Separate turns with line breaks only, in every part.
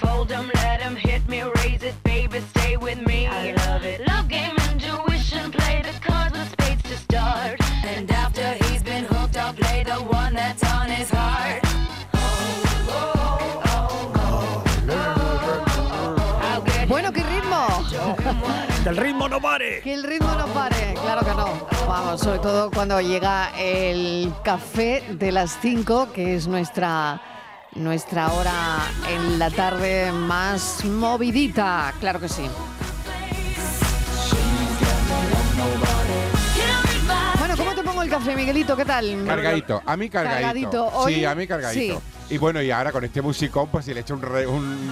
Fold them, let them hit me, raise it, baby, stay with me. I love it. Love game intuition, play the cards with spades to start. And after he's been hooked, I'll play the one that's on his heart. I'll get
Bueno, qué ritmo.
¡Que el ritmo no pare!
Que el ritmo no pare. Claro que no. Vamos, sobre todo cuando llega el café de las 5, que es nuestra nuestra hora en la tarde más movidita. Claro que sí. Bueno, ¿cómo te pongo el café, Miguelito? ¿Qué tal?
Cargadito, a mí cargadito.
Cargadito, hoy
sí, a mí cargadito. Y bueno, y ahora con este musicón, pues si le echa un. re- un-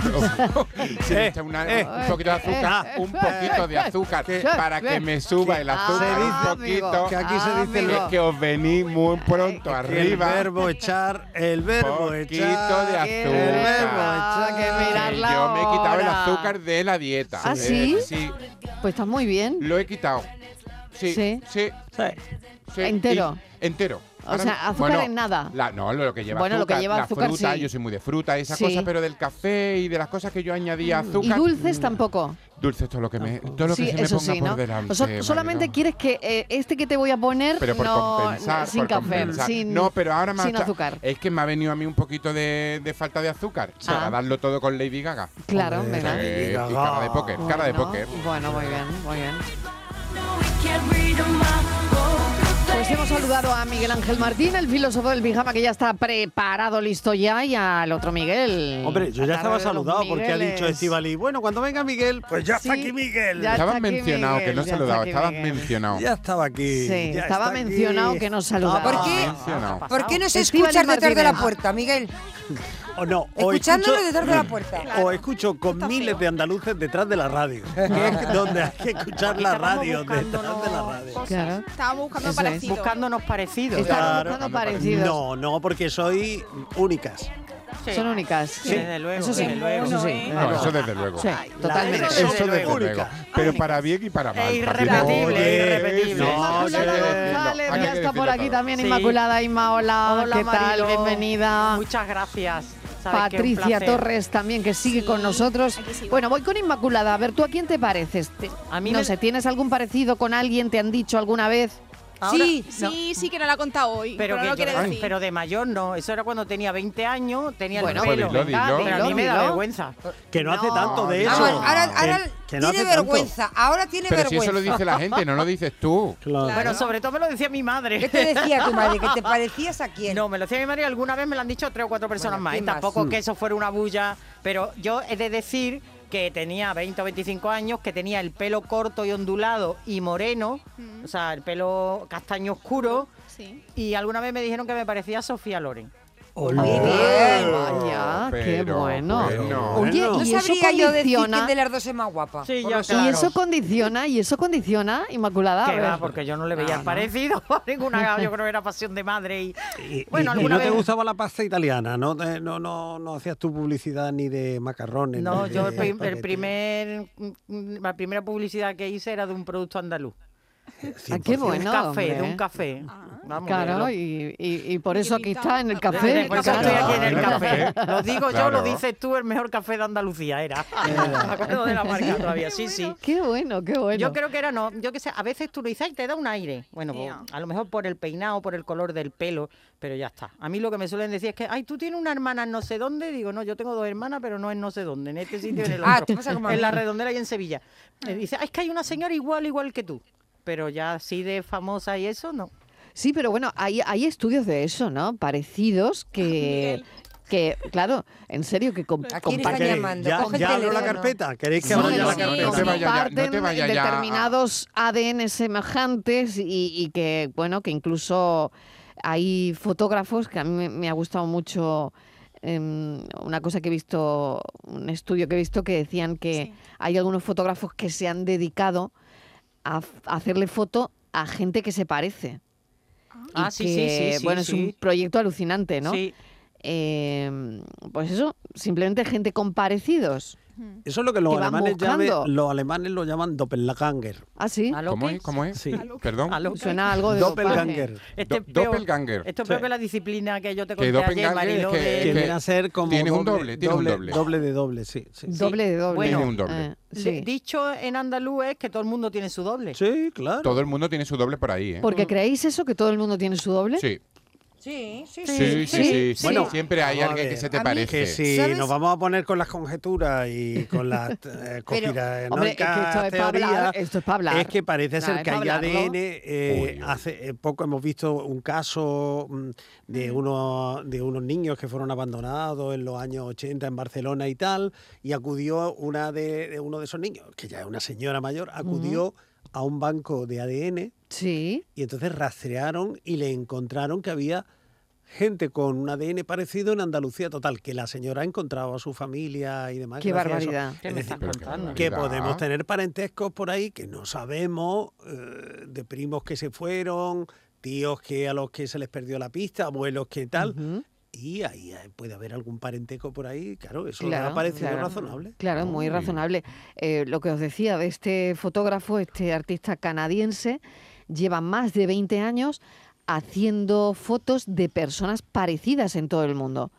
si le echa una-
Eh,
un poquito de azúcar,
eh, eh,
un poquito de
eh,
azúcar,
eh,
para que me suba el azúcar
Ah,
un
amigo,
poquito.
que aquí se dice
es
lo-
que os venís muy pronto
Que El
arriba.
verbo echar, el verbo
Poquito
echar.
de
Qué
azúcar.
vergüenza, que
Que
mirar la
yo me he quitado el
hora.
azúcar de la dieta.
¿Ah,
Eh,
sí?
sí,
Pues estás muy bien.
lo he quitado. Sí,
Sí.
sí, sí.
Sí.
Entero.
Y- entero.
O sea, azúcar en nada.
la- no, lo que lleva
Bueno, lo que
azúcar,
lleva
la
azúcar,
fruta,
sí.
yo soy muy de fruta, esa
Sí. Mm.
cosa, pero del café y de las cosas que yo añadía
Y
azúcar. Mm.
dulces tampoco.
Dulces, todo lo que me, todo lo que
Sí,
se me
eso
ponga
sí,
por
¿no?
delante.
O sea,
Mariló.
solamente quieres que eh, este que te voy a poner
Pero por
no,
compensar,
sin
por
café,
compensar.
sin
no, pero ahora más
sin azúcar.
Es que me ha venido a mí un poquito de, de falta de azúcar.
Ah.
Para darlo todo con Lady Gaga.
Claro,
Hombre,
¿verdad?
sí.
Eh,
Lady
y
Gaga.
cara de póker, cara de
Bueno,
póker.
Bueno, muy bien, muy bien.
Can't read 'em all.
Pues hemos saludado a Miguel Ángel Martín, el filósofo del Bijama, que ya está preparado, listo ya, y al otro Miguel.
Hombre, yo
La
ya estaba
tarde de los
saludado porque ha
Migueles.
dicho Estivali. Bueno, cuando venga Miguel, pues ya está
Sí,
aquí Miguel.
ya-
Ya,
Estabas
aquí
mencionado, que
Miguel,
no he
ya está
saludado,
aquí
estabas
Miguel.
mencionado.
estaba aquí.
Sí,
ya
estaba
está aquí.
mencionado que no saludaba.
¿por qué?
Ah,
Mencionado.
ha
¿Por qué no se escuchas
pasado? Estíbaliz
detrás de la
Martínez.
puerta, Miguel?
O no, o
Escuchándolo
escucho- mm,
detrás de la puerta.
O escucho con miles de andaluces detrás de la radio. que es donde hay que escuchar la radio, detrás de la radio.
Claro.
Estábamos buscando
Eso es.
parecido.
buscándonos parecidos. Ah,
Estamos
Claro.
buscando parecidos.
No, no, porque soy únicas.
Son únicas. Sí,
desde luego,
Eso sí,
desde luego.
eso sí.
No,
desde
¿eh?
No,
luego.
eso desde luego.
Sí, totalmente.
Eso
Eso
desde
desde
luego.
luego. Pero para bien y para mal.
Es
Patricio.
irrepetible,
Oye,
es irrepetible.
no,
Inmaculada
hay que decirlo,
González,
hay que
ya está por
decirlo
aquí
todo.
también.
Sí.
Inmaculada, Inma, hola,
Hola,
¿qué tal?
Mariló.
Bienvenida.
Muchas gracias. Sabes que un
Patricia
placer.
Torres también, que sigue
Sí,
con nosotros.
aquí sigo.
Bueno, voy con Inmaculada. A ver, ¿tú a quién te pareces? Te-
A mí
no
me-
sé, ¿tienes algún parecido con alguien? ¿Te han dicho alguna vez?
Ahora-
Sí,
no,
sí, sí que no la ha contado hoy, pero,
Pero, que
no lo
yo-
quiere
ay,
decir.
pero de mayor no. Eso era cuando tenía 20 años, tenía
Bueno,
el
pues
pelo.
dilo, dilo.
Pero a mí me da
Dilo.
vergüenza.
Que no, hace
No.
tanto de eso.
Vamos, ahora ahora
Que- que no
tiene
hace tanto.
vergüenza, ahora tiene
Pero si
vergüenza.
eso lo dice la gente, no lo dices tú.
Claro.
Bueno, sobre todo me lo decía mi
¿Qué
madre.
te decía tu madre? ¿Que te parecías a quién?
No, me lo decía mi madre y alguna vez me lo han dicho tres o cuatro personas
Bueno,
más. Y
¿quién más? Mm.
tampoco que eso fuera una bulla. Pero yo he de decir que tenía 20 o 25 años, que tenía el pelo corto y ondulado y moreno,
Mm.
Mm.
o sea, el pelo castaño oscuro.
Sí.
Y alguna vez me dijeron que me parecía a Sofía Loren.
Muy bien.
Vaya, qué
pero
bueno.
bueno.
Oye,
Bueno.
No
¿y eso
sabría yo decir quién
condiciona?
de las dos es más guapa.
Sí,
¿O
yo,
no sé?
¿Y
claro.
eso condiciona? ¿Y eso condiciona, Inmaculada? A
Que va,
ver.
porque yo no le veía
Ah,
No, no.
parecido a ninguna. Yo creo que era pasión de madre. Y,
Y, y-
bueno,
y
alguna
no te
vez-
gustaba la pasta italiana, no, Te- no, no, no hacías tu publicidad ni de macarrones.
No,
ni
yo
de
el, prim- el
espagueti.
primer, mm, la primera publicidad que hice era de un producto andaluz.
Ah, qué
de un
bueno.
café, de
hombre.
un café. Vamos,
Claro,
verlo.
y, y- y por eso aquí
Intimidad.
está en el
Por
café.
eso
claro.
estoy aquí en el
Claro.
café. Lo digo yo,
Claro.
lo dices tú, el mejor café de Andalucía era. Me acuerdo de la marca todavía, sí, sí.
Qué bueno, qué bueno.
Yo creo que era no, yo que sé, a veces tú lo dices y te da un aire. Bueno, pues,
Ya.
a lo mejor por el peinado, por el color del pelo, pero ya está. A mí lo que me suelen decir es que, ay, tú tienes una hermana en no sé dónde. Digo, no, yo tengo dos hermanas, pero no en no sé dónde, en este sitio y en el otro.
Ah, te pasa como a
en
mí.
la redondela y en Sevilla. Me dice, "Ah, es que hay una señora igual, igual que tú. Pero ya así de famosa y eso, no.
Sí, pero bueno, hay, hay estudios de eso, ¿no? Parecidos
Ah,
que, que claro, en serio, que com-
¿A quién
comparten.
están
¿Qué?
llamando?
¿Ya,
Coge el
ya abro la
teléfono.
carpeta? ¿Queréis
Sí,
que abra
sí,
ya la
sí,
carpeta?
no te vaya- no te
comparten
vaya ya a-
determinados ADN semejantes y, y que, bueno, que incluso hay fotógrafos que a mí me- me ha gustado mucho em, una cosa que he visto, un estudio que he visto que decían que hay algunos fotógrafos que se han dedicado a f- a hacerle foto a gente que se parece. Y
Ah, sí, sí,
que,
sí, sí,
Bueno, es un
sí.
proyecto alucinante, ¿no?
Sí.
Eh, pues eso, simplemente gente con parecidos.
Eso es lo que los
Que van
alemanes, llamen-
buscando.
los alemanes lo llaman doppelganger.
¿Ah, sí?
¿A lo
¿Cómo
que?
es? ¿Cómo es?
Sí.
Perdón.
A lo que.
Suena algo de dopaje.
Doppelganger.
Este es
Do-
peor-
doppelganger.
Esto es
Sí.
peor que la disciplina que yo te
Que
conté ayer,
doppelganger es
Mariló,
que-
Que
Eh,
de-
viene a ser como.
tiene un doble, tiene un doble.
de doble, sí. Sí,
Doble de doble.
Bueno, Tiene
un doble.
Eh,
de-
sí.
Dicho en andaluz es que todo el mundo tiene su doble.
Sí, claro.
Todo el mundo tiene su doble por ahí, ¿eh?
Porque creéis eso, que todo el mundo tiene su doble.
Sí.
Sí, sí,
Sí, sí, sí.
sí.
Bueno, siempre hay
Vamos a
alguien que
ver.
se te
A mí-
parece.
Que si
¿Sabes?
nos vamos a poner con las conjeturas y con las eh,
Hombre, es que esto
conspiranoicas
es pa' hablar,
teorías,
esto es pa' hablar.
es que parece
Nah,
ser
es
que
pa'
hay
hablarlo.
ADN. eh,
Uy, uy.
hace eh, poco hemos visto un caso mm, de, unos, de unos niños que fueron abandonados en los años 80 en Barcelona y tal, y acudió una de, de uno de esos niños, que ya es una señora mayor, acudió a un banco de ADN
Sí.
y entonces rastrearon y le encontraron que había gente con un ADN parecido en Andalucía total, que la señora encontraba a su familia y demás.
Qué
gracias a eso.
barbaridad.
¿Qué
Es
me
decir,
estás contando?
que
barbaridad.
podemos tener parentescos por ahí que no sabemos, eh, de primos que se fueron, tíos que a los que se les perdió la pista, abuelos que tal. Y ahí eh, puede haber algún parentesco por ahí, claro, eso me ha parecido
claro.
razonable.
Claro, muy
Uy.
razonable. Eh, lo que os decía de este fotógrafo, este artista canadiense, lleva más de 20 años haciendo fotos de personas parecidas en todo el mundo.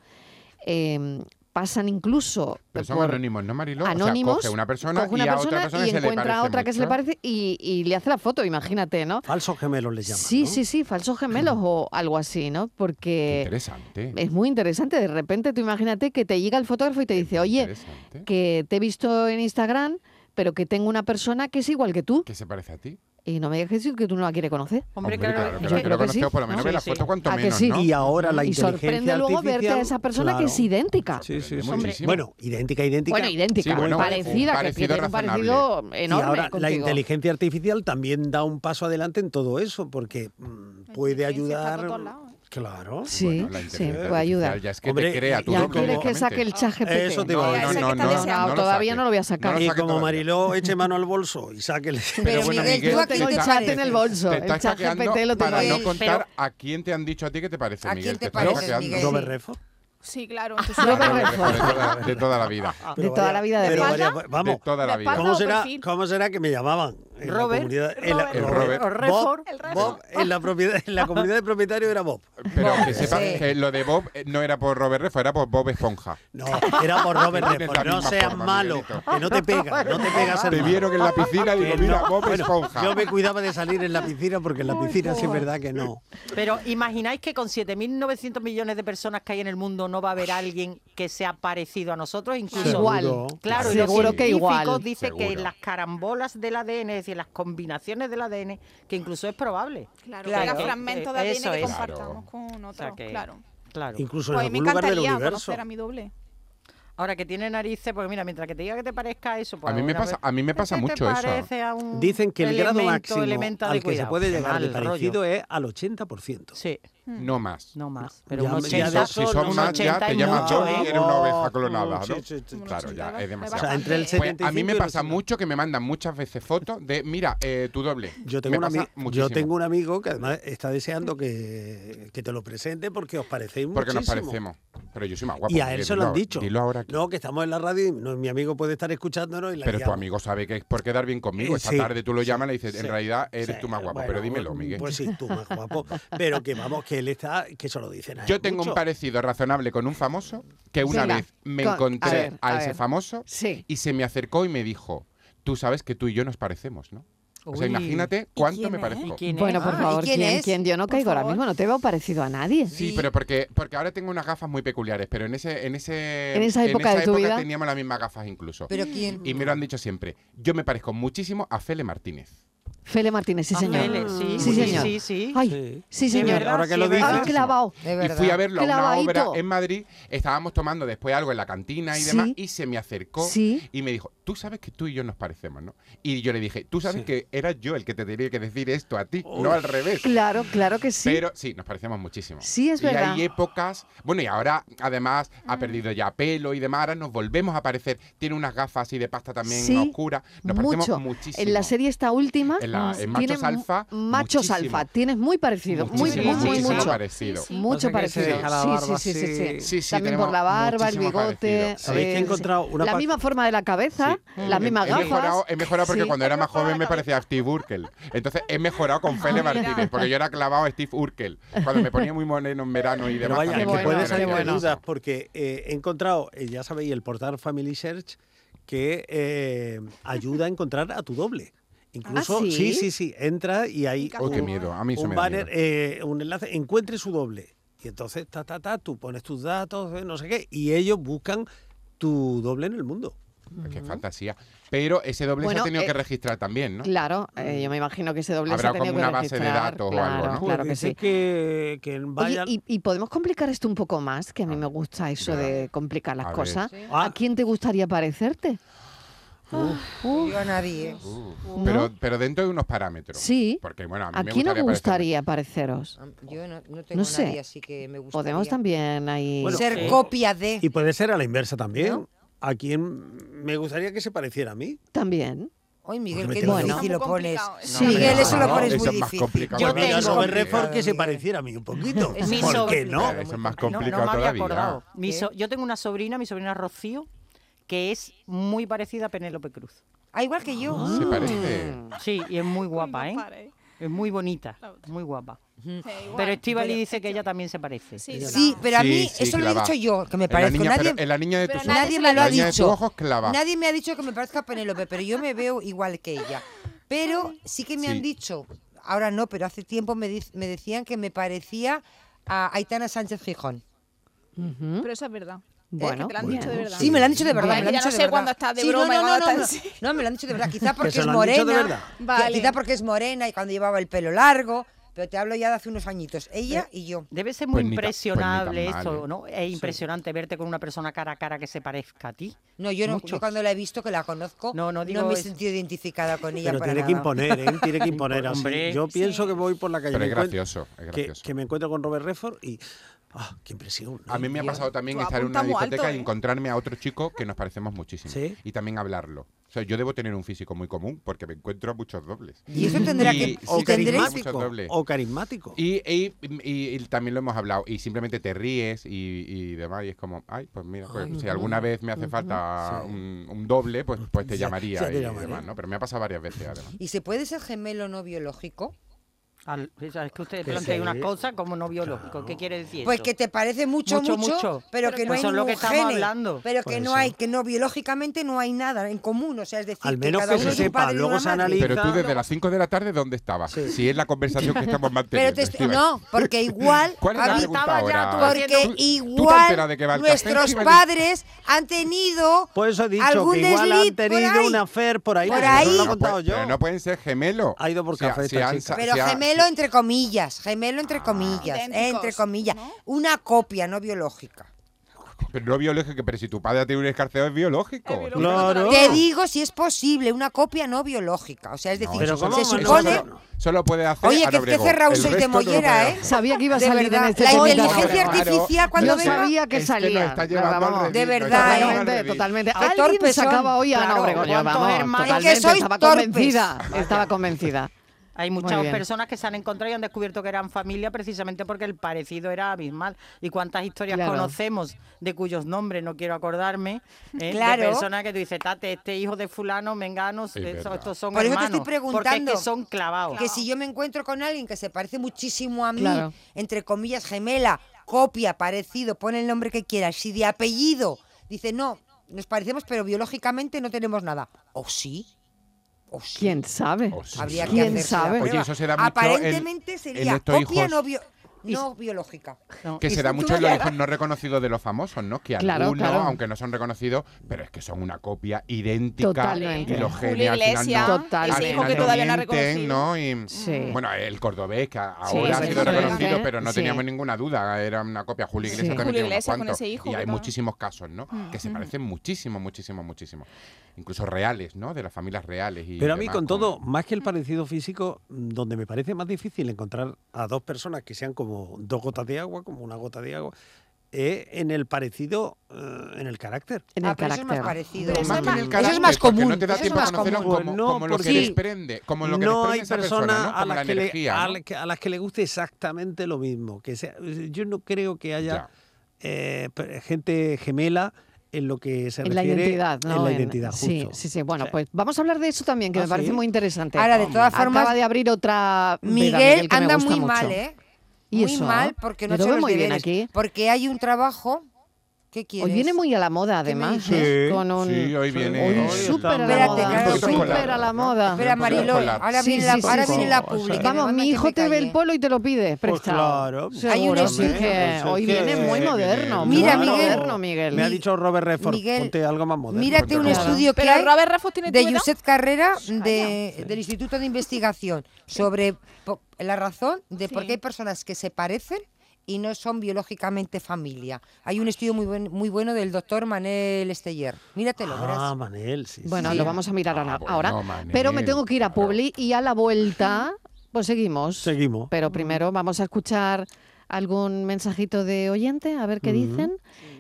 Eh, pasan incluso
Pero son
por
anónimos, ¿no, Mariló?
anónimos,
o sea, coge una persona
coge una
y a otra persona
y
que se le
encuentra
parece
a otra que se le
mucho.
parece y, y le hace la foto, imagínate, ¿no?
Falsos gemelos les llaman.
sí,
¿no?
sí, sí, falsos gemelos o algo así, ¿no?
Qué
Porque
Interesante.
es muy interesante. De repente tú imagínate que te llega el fotógrafo y te dice, oye,
Interesante.
que te he visto en Instagram, pero que tengo una persona que es igual que tú.
¿Qué se parece a ti?
Y no me digas que, tú no la quieres conocer.
Hombre,
Hombre, claro,
claro,
que
es
la
que-
quiero
creo que sí,
conocer, por lo menos
¿no?
ve
Sí,
la
sí.
foto cuanto
¿A que
menos,
sí?
¿no?
Y ahora la
y
inteligencia
sorprende luego verte a
artificial,
esa persona que
claro.
es idéntica.
Sí, sí, sí.
Hombre.
Bueno, idéntica, idéntica.
Bueno, idéntica,
Sí, bueno,
parecida,
un
que
parecido
tiene un parecido
Y
enorme
ahora la
contigo.
inteligencia artificial también da un paso adelante en todo eso, porque mm, puede
inteligencia está por
ayudar.
todos lados, ¿eh?
Claro.
Sí,
Bueno, la
sí,
inteligencia
puede ayudar.
artificial Ya es que
Hombre,
te crea tu
y
Ya
doble,
quieres que saque el
automáticamente.
chat GPT.
Eso te iba a
No,
decir.
no, no,
Ese que está
no,
deseando.
no
Todavía
saque.
no lo voy a sacar.
No lo
Y
saque
como
todavía.
Mariló eche mano al bolso y sáquele.
Pero bueno,
Miguel,
Miguel,
tú a
Yo
ti
tengo
te
el
está-
chat en el bolso.
Te
El
estás
chat
hackeando
GPT lo tengo
para no
ahí.
él.
contar
Pero-
a quién te han dicho a ti que te parece,
¿A quién
Miguel.
te
estás
pareces,
hackeando.
Miguel?
Robert Redford.
Sí, claro. tú
Ah,
sabes.
Robert
Robert
Redford.
Redford, de toda- De toda la vida.
De toda la vida de
Pero
espalda.
varias-
De
Vamos,
toda la
de
vida.
espalda.
¿Cómo
o
será,
perfil.
¿Cómo será que me llamaban? En
Robert,
la comunidad, en la,
Robert,
El Robert.
Bob,
Redford,
el
Bob,
Redford.
en la propiedad, en la comunidad de propietario era Bob.
Pero que sepas
Sí.
que lo de Bob eh, no era por Robert Redford, era por Bob Esponja.
No, era
Ah,
por Robert
Tienes la
Redford. No
misma
seas
forma,
malo,
Miguelito.
que no te pega, no te pegas
Te vieron en la piscina y digo, mira, Bob Esponja.
Yo me cuidaba de salir en la piscina porque en la piscina sí es verdad que no.
Pero imagináis que con 7.900 millones de personas que hay en el mundo no va a haber alguien que sea parecido a nosotros, incluso.
Seguro.
Igual.
Claro, y los
seguro que
científicos
igual.
dicen que
Seguro.
las carambolas del ADN, es decir, las combinaciones del ADN, que incluso es probable.
Claro,
Claro.
que fragmentos de
Eh,
ADN
eso
que
es.
compartamos con
O sea
otros,
que-
claro.
Claro.
Incluso en
Pues me
algún lugar del
encantaría
universo.
conocer a mi doble.
Ahora que tiene narices, porque mira, mientras que te diga que te parezca eso, pues
A mí me
una
pasa-
vez-
a mí me
¿Qué
pasa
te
mucho eso?
parece a un
Dicen que el grado
elemento,
máximo
elemento de
al que se
cuidado?
puede
Qué
llegar de
mal rollo.
parecido es al 80%.
Sí,
Mm. No más.
no más. Pero
Ya
un
me- ya
80
de-
Si son
un
más, ya
80
te
es
llaman
mucho,
Johnny y
¿eh?
eres una oveja
No,
clonada,
sí, sí, sí.
¿no? Claro, ya, es
O
demasiado.
sea,
entre el
Pues a mí me
75 y
pasa
el 80.
mucho que me mandan muchas veces fotos de, mira, eh, tu doble.
Yo tengo,
Me
un
pasa
ami- yo
muchísimo.
tengo un amigo que además está deseando que, que te lo presente porque os parecéis
Porque nos
muchísimo.
parecemos. Pero yo soy más guapo.
y a él
Miguel,
se lo han
dilo-
dicho.
Dilo ahora. aquí.
No, que estamos en la radio y no- mi amigo puede estar escuchándonos y la
pero tu
liamos.
amigo sabe que es por quedar bien conmigo.
Eh,
Esta
sí,
tarde tú lo
sí,
llamas y le dices, en
sí,
realidad eres
Sí,
tú más guapo.
bueno,
pero dímelo, Miguel.
Pues sí, tú más guapo. Pero que vamos, que él está, que se lo dicen a él
Yo tengo
mucho.
un parecido razonable con un famoso que una
Venga,
vez me
con- a
encontré a,
ver, a
ese
ver.
famoso
Sí.
y se me acercó y me dijo, tú sabes que tú y yo nos parecemos, ¿no? O sea,
Uy.
imagínate
¿Y
cuánto
quién
me
es?
parezco.
¿Quién es?
Bueno, por
Ah, ¿y
favor,
quién
¿quién,
es?
¿quién? Yo no
Por
caigo ahora
favor.
mismo, no te veo parecido a nadie.
Sí,
Sí.
pero porque, porque ahora tengo unas gafas muy peculiares, pero en ese en ese
En esa época de tu
época
vida.
teníamos las mismas gafas incluso.
Pero quién.
y me lo han dicho siempre. Yo me parezco muchísimo a Fele Martínez.
Fele Martínez, sí,
Ah,
señor.
Fele, sí,
sí,
sí,
señor.
sí, sí.
Ay, sí,
De
señor.
verdad,
Ahora que
sí,
lo
es
dices.
verdad.
Ay, clavado.
De
Y
verdad.
fui a verlo a una
Clavadito.
obra en Madrid. Estábamos tomando después algo en la cantina y
Sí.
demás. Y se me acercó
Sí.
y me dijo, tú sabes que tú y yo nos parecemos, ¿no? Y yo le dije, tú sabes que era yo el que te tenía que decir esto a ti, no al revés.
Claro, claro que sí.
Pero sí, nos parecemos muchísimo.
Sí, es verdad. Ah.
Y hay épocas. Bueno, y ahora, además, ha perdido ya pelo y demás. Ahora nos volvemos a parecer. Tiene unas gafas así de pasta también
Sí,
oscuras. Nos
mucho.
parecemos muchísimo.
En la serie esta última, mm,
En la- en
tiene
Machos Alfa,
mu- Machos
muchísimo.
Alfa, tienes muy parecido, muy,
Muchísimo,
muy, muy,
muchísimo
mucho.
parecido.
Sí, sí.
Mucho
Pasa que se
parecido.
deja la barba
sí, sí, sí, sí,
así.
Sí, sí,
También por
tenemos
la barba, el
muchísimo
bigote.
parecido.
¿Sabéis que he
eh,
encontrado una
La
pa-
misma forma de la cabeza,
Sí.
las
He-
mismas
he
gafas.
Mejorado, he mejorado porque
Sí.
cuando era más joven me parecía a Steve Urkel. Entonces he mejorado con Fele Martínez, porque yo era clavado a Steve Urkel. Cuando me ponía muy moreno en verano y
Pero
demás.
vaya,
también
que
me
bueno,
puede
parecía
salir de
gracioso.
dudas, porque eh, he encontrado, eh, ya sabéis, el portal Family Search que eh, ayuda a encontrar a tu doble. Incluso,
Ah, sí?
sí, sí, sí, entra y hay
Uy,
Uy, qué miedo. A mí eso
un
me da
banner,
miedo.
eh, un enlace, encuentre su doble. Y entonces, ta, ta, ta, tú pones tus datos, eh, no sé qué, y ellos buscan tu doble en el mundo. Mm.
Qué fantasía. Pero ese doble se
Bueno,
ha tenido
eh,
que registrar también, ¿no?
Claro, eh, yo me imagino que ese doble se
Habrá
ha tenido
como
que
una base de
registrar,
datos o
claro,
algo, ¿no?
Claro que
Pues dice
sí.
Que, que
Oye,
vayan-
y, y podemos complicar esto un poco más, que a mí me gusta eso
Venga.
de complicar
A
las
ver.
cosas.
Ah.
¿A quién te gustaría parecerte? Uf.
Ah. Yo a nadie. ¿eh?
Uh, pero, pero dentro de unos parámetros.
Sí.
Porque, bueno, a mí
¿A
me
quién os
parecerme-
gustaría pareceros?
Yo no, no tengo
No sé.
nadie así que me gustaría.
Podemos también ahí.
Bueno,
ser
Sí.
copia de.
Y
eh,
puede ser a la inversa también. A quien me gustaría que se pareciera a mí.
también.
Ay, Miguel,
Porque
qué
me tengo-
difícil
Está
lo
muy
pones.
complicado eso.
Sí.
Miguel, eso lo
No,
pones
eso
muy
es más
difícil.
complicado.
Yo
Pues mira,
tengo-
Robert Redford que se
Miguel.
pareciera a mí un poquito.
Es mi
¿Por
sobrina.
qué no?
Claro, eso es más
No, no,
complicado
me había
todavía.
acordado. Eh, Mi
¿Qué?
so- yo tengo una sobrina, mi sobrina Rocío, que es muy parecida a Penélope Cruz.
Ah, igual que yo.
Se parece.
Sí, y es muy guapa,
Guapa,
¿eh?
¿eh?
Es muy bonita,
La otra.
muy guapa. Pero
Pero
Estivali dice que ella también se parece.
Sí,
Sí,
claro.
pero a mí,
Sí, sí,
eso lo he
clavada.
dicho yo, que me
En la
parezco.
niña,
nadie,
pero en la niña de tus
pero
ojos.
nadie
nadie me lo ha
La niña de tus
dicho.
ojos clava.
Nadie me ha dicho que me parezca a Penélope, pero yo me veo igual que ella. Pero sí que me
Sí.
han dicho, ahora no, pero hace tiempo me, di- me decían que me parecía a Aitana Sánchez Gijón.
Ujú.
Pero eso es verdad. Eh,
Bueno,
que te lo han dicho
bueno,
de verdad.
Sí, me lo han dicho de verdad.
Bueno,
me lo han
ya
dicho
no
de
sé
verdad.
cuándo está de
Sí, no,
broma y
no,
cuándo
no,
está en
no.
serio.
No, me lo han dicho de verdad. Quizá
se
porque es
lo han dicho de verdad.
morena. que-
Vale.
Quizá porque es morena y cuando llevaba el pelo largo. Pero te hablo ya de hace unos añitos. Ella y yo.
Debe ser muy
Pues ni ta- pues ni tan
impresionable
mal,
esto,
¿eh?
¿no? Es impresionante verte con una persona cara a cara que se parezca a ti.
No, yo no.
Mucho.
Yo cuando la he visto, que la conozco,
No,
no,
no, digo
me he
es-
sentido identificada con ella
Pero
para
tiene que
nada.
imponer, ¿eh? Tiene que imponer así.
Hombre.
Yo pienso que voy por la calle.
Pero
me
es
encuent-
gracioso, es
que-
gracioso.
Que, me encuentro con Robert Redford y... ¡Ah, qué impresión! ¿no?
A mí me ha
Yo-
pasado también
tú
estar en
apuntas
una
muy alto,
discoteca y
¿eh?
encontrarme a otro chico que nos parecemos muchísimo.
Sí.
Y también hablarlo. O sea, yo debo tener un físico muy común porque me encuentro a muchos dobles.
Y eso tendrá
Y-
que.
sí,
O
y tendré-
carismático.
carismático.
doble.
O carismático.
Y, y- y- y también lo hemos hablado. Y simplemente te ríes y, y demás. Y es como, ay, pues mira, pues si alguna vez me hace falta un, un doble, pues, pues te
Ya-
llamaría
ya te
y
llamaré.
demás, ¿no? Pero me ha pasado varias veces además.
¿Y se puede ser gemelo no biológico?
Al- o sea, es que ustedes
Que
plantean
sí.
una cosa como no biológico. ¿Qué quiere decir
Pues
eso?
que te parece mucho,
Mucho,
mucho,
mucho.
pero
Pero
que no
pues
hay
eso es lo que
ningún
estamos
gene,
hablando.
Pero
Por
que no
Pues eso.
hay, que no biológicamente no hay nada en común, o sea, es decir,
Al menos
cada
que
uno
se
es un
sepa,
padre y
luego
una
se
madre.
analiza.
Pero tú desde las 5 de la tarde, ¿dónde estabas? Si es la conversación que estamos
Pero
manteniendo.
te estoy-
Estíbaliz.
no, porque igual
¿Cuál es la
habi-
pregunta
Estaba ya
ahora?
tú
porque
¿Tú- ¿Tú te enteras
igual
de que va al café,
nuestros
Estíbaliz?
padres han tenido
Por eso he dicho
algún
que igual
desliz
han
por
tenido
ahí.
una fer por ahí.
Por
pero no
ahí.
lo he
No,
contado
puede-
yo.
pero no pueden ser gemelos.
Ha ido por
Si ha-
café
si
esta
han
chica.
sa-
Pero
si ha-
gemelo entre comillas, gemelo entre comillas,
Idénticos,
entre comillas,
¿no?
una copia no biológica.
Pero no biológico, pero si tu padre tiene un escarceo es biológico.
Es biológico.
Claro.
Te digo si es posible, una copia no biológica, o sea, es
No,
decir,
pero
eso
¿cómo,
se
solo-
Manolo?
supone
eso solo, solo puede hacer
Oye,
Ana
que- que
Obregón.
cerrao
El
soy de
resto no lo puede
mollera, ¿eh?
hacer.
Sabía que iba a
de
salir en
verdad,
este
la
podcast.
inteligencia
Claro,
artificial cuando
Yo
venga,
sabía que
es que
salía.
lo está
Pero
llevando al
vamos,
revés,
De
lo está
verdad,
llevando al
Totalmente,
revés.
totalmente.
Qué
Alguien
torpes son.
sacaba hoy a Ana
Claro,
Obregón. Yo,
¿cuántos
vamos,
hermanos?
totalmente.
Es que sois
estaba
torpes.
convencida. Estaba convencida.
Hay
Muy
muchas
bien.
personas que se han encontrado y han descubierto que eran familia precisamente porque el parecido era abismal. ¿Y cuántas historias
Claro.
conocemos de cuyos nombres no quiero acordarme? ¿eh?
Claro.
De personas que tú dices, Tate, este hijo de fulano, menganos,
Es verdad.
estos son
Por eso te
hermanos",
estoy
Porque es que
preguntando.
son clavados.
que si yo me encuentro con alguien que se parece muchísimo a mí,
Claro.
entre comillas, gemela, copia, parecido, pon el nombre que quieras, si de apellido dice no, nos parecemos, pero biológicamente no tenemos nada. ¿O sí? ¿O Pues sí?
¿Quién sabe?
Oh, sí.
Habría que
¿Quién
hacerse la
sabe?
prueba.
Ah,
Oye, eso se da mucho en-
Aparentemente
en
sería
estos
copia
hijos.
no bio- no biológica.
No,
Que
y
se da
tú
mucho en los
ya-
hijos no reconocidos de los famosos, ¿no? Que
Claro,
algunos,
claro.
aunque no son reconocidos, pero es que son una copia idéntica.
Totalmente.
Y los
Julio
genes al final
Iglesias,
no-
Total.
al
ese hijo
final
que todavía no ha
mienten,
reconocido.
¿no? Y,
Sí.
Bueno, el cordobés, que ahora
Sí,
ha
sí,
sido
sí.
reconocido,
Sí.
pero no
Sí.
teníamos ninguna duda. Era una copia. Julio Iglesias
Sí.
también
Julio
tiene unos
Iglesias con
cuantos.
ese hijo,
Y hay
¿verdad?
muchísimos casos, ¿no? Que se parecen muchísimo, muchísimo, muchísimo. Incluso reales, ¿no? De las familias reales. y
Pero a mí,
demás,
con todo, más que el parecido físico, mm, donde me parece más difícil encontrar a dos personas que sean como dos gotas de agua, como una gota de agua, es en el parecido, eh, en el carácter.
En el
Ah, pero eso es más
carácter.
parecido.
Pero eso es
Más que en el
más-
carácter,
eso es más
porque
común.
No te da
eso es
tiempo a
más
conocerlos
común.
común.
como,
Pues no,
como lo que
porque
les prende, como lo que
no
les prende
hay
esa
personas
persona, ¿no?
a,
Como
las
la
que le-
energía,
a
¿no?
la que- a las que le guste exactamente lo mismo. Que sea, yo no creo que haya
Ya.
eh, pe- gente gemela en lo que se
En la
refiere
identidad, ¿no?
en la
En-
identidad
Sí,
justo.
sí, sí. Bueno,
O sea,
pues vamos a hablar de eso también, que
¿Ah,
me parece
sí?
muy interesante.
Ahora, de todas
Acaba
formas,
de abrir otra. Vega,
Miguel,
que me
anda
gusta
muy
mucho.
mal, ¿eh?
¿Y
muy
eso?
mal porque no
Yo lo
se
veo
los
muy bien
deberes,
aquí.
Porque hay un trabajo que quieres.
Hoy viene muy a la moda, además.
dices?
¿eh? Con un,
Sí, hoy viene.
hoy
hoy
súper
está
a la
muy
moda,
bien.
súper
Polar,
a la
¿no?
moda.
Espera,
Un poco
Marilo,
polar.
ahora
Sí,
viene la,
sí, sí,
ahora
sí.
viene la
Vamos,
pública.
Vamos, mi hijo te ve el polo y te lo pide prestado.
claro,
Seguro,
Hay un-
sí que
Pues
hoy
es que-
viene muy moderno.
Mira,
muy
Miguel.
moderno, Miguel.
Me ha dicho Robert Redford,
Miguel,
ponte algo más moderno.
Mírate un
Claro.
estudio que
Pero
hay
Robert Raffos tiene Pues
de
tu edad.
Josep Carrera de- del Instituto de Investigación sobre po- la razón de por
Sí.
qué hay personas que se parecen y no son biológicamente familia. Hay un estudio muy, buen- muy bueno del doctor Manel Esteller. Míratelo,
Ah,
verás.
Manel, sí. sí.
Bueno,
Sí.
lo vamos a mirar ahora,
Ah, bueno,
ahora,
Manel,
pero me tengo que ir a
claro.
Publi y a la vuelta, pues seguimos.
Seguimos.
Pero primero vamos a escuchar algún mensajito de oyente, a ver qué dicen.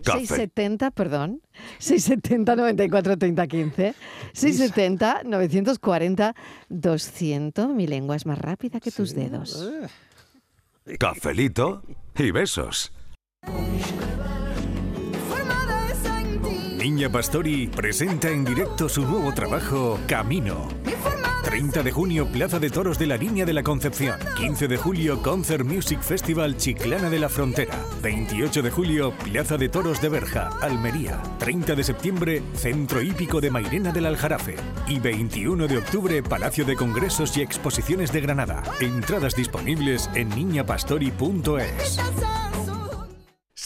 Café.
670, perdón. 670 94 30 15. 670 940 200. Mi lengua es más rápida que tus dedos.
Eh,
Cafelito y besos. Niña Pastori presenta en directo su nuevo trabajo, Camino. 30 de junio, Plaza de Toros de la Niña de la Concepción. 15 de julio, Concert Music Festival Chiclana de la Frontera. 28 de julio, Plaza de Toros de Berja, Almería. 30 de septiembre, Centro Hípico de Mairena del Aljarafe. Y 21 de octubre, Palacio de Congresos y Exposiciones de Granada. Entradas disponibles en niñapastori.es.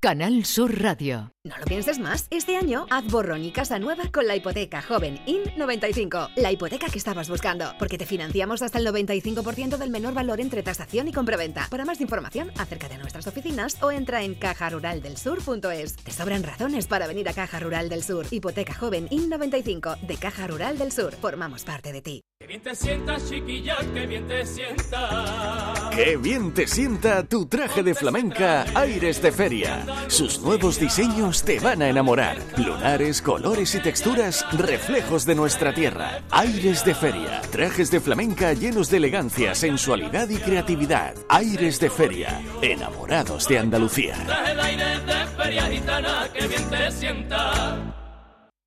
Canal Sur Radio.
No lo pienses más. Este año haz borrón y casa nueva con la hipoteca joven IN95. La hipoteca que estabas buscando. Porque te financiamos hasta el 95% del menor valor entre tasación y compraventa. Para más información, acerca de nuestras oficinas o entra en cajaruraldelsur.es. Te sobran razones para venir a Caja Rural del Sur. Hipoteca joven IN95 de Caja Rural del Sur. Formamos parte de ti.
Qué bien te sienta tu traje de flamenca Aires de Feria. Sus nuevos diseños te van a enamorar. Lunares, colores y texturas, reflejos de nuestra tierra. Aires de Feria. Trajes de flamenca llenos de elegancia, sensualidad y creatividad. Aires de Feria. Enamorados de Andalucía.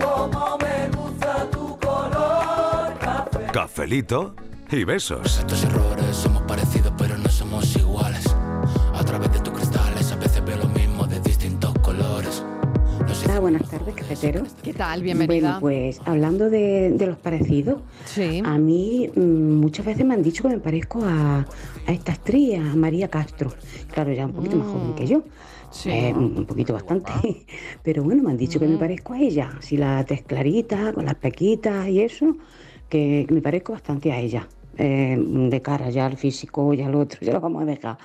Como me gusta tu color café.
Cafelito y besos.
Estos errores somos parecidos pero no somos iguales. A través de tus cristales a veces veo lo mismo de distintos colores.
Hola, buenas tardes, cafeteros.
¿Qué tal? Bienvenida.
Bueno, pues hablando de, de los parecidos, a mí mm, muchas veces me han dicho que me parezco a, a esta estrella, a María Castro. Claro, ya un poquito más joven que
Mm,
yo. Eh, un poquito bastante. Pero bueno, me han dicho
Mm.
que me parezco a ella. Si la tez clarita, con las pequitas y eso, que me parezco bastante a ella. Eh, de cara ya al físico, ya al otro, ya lo vamos a dejar.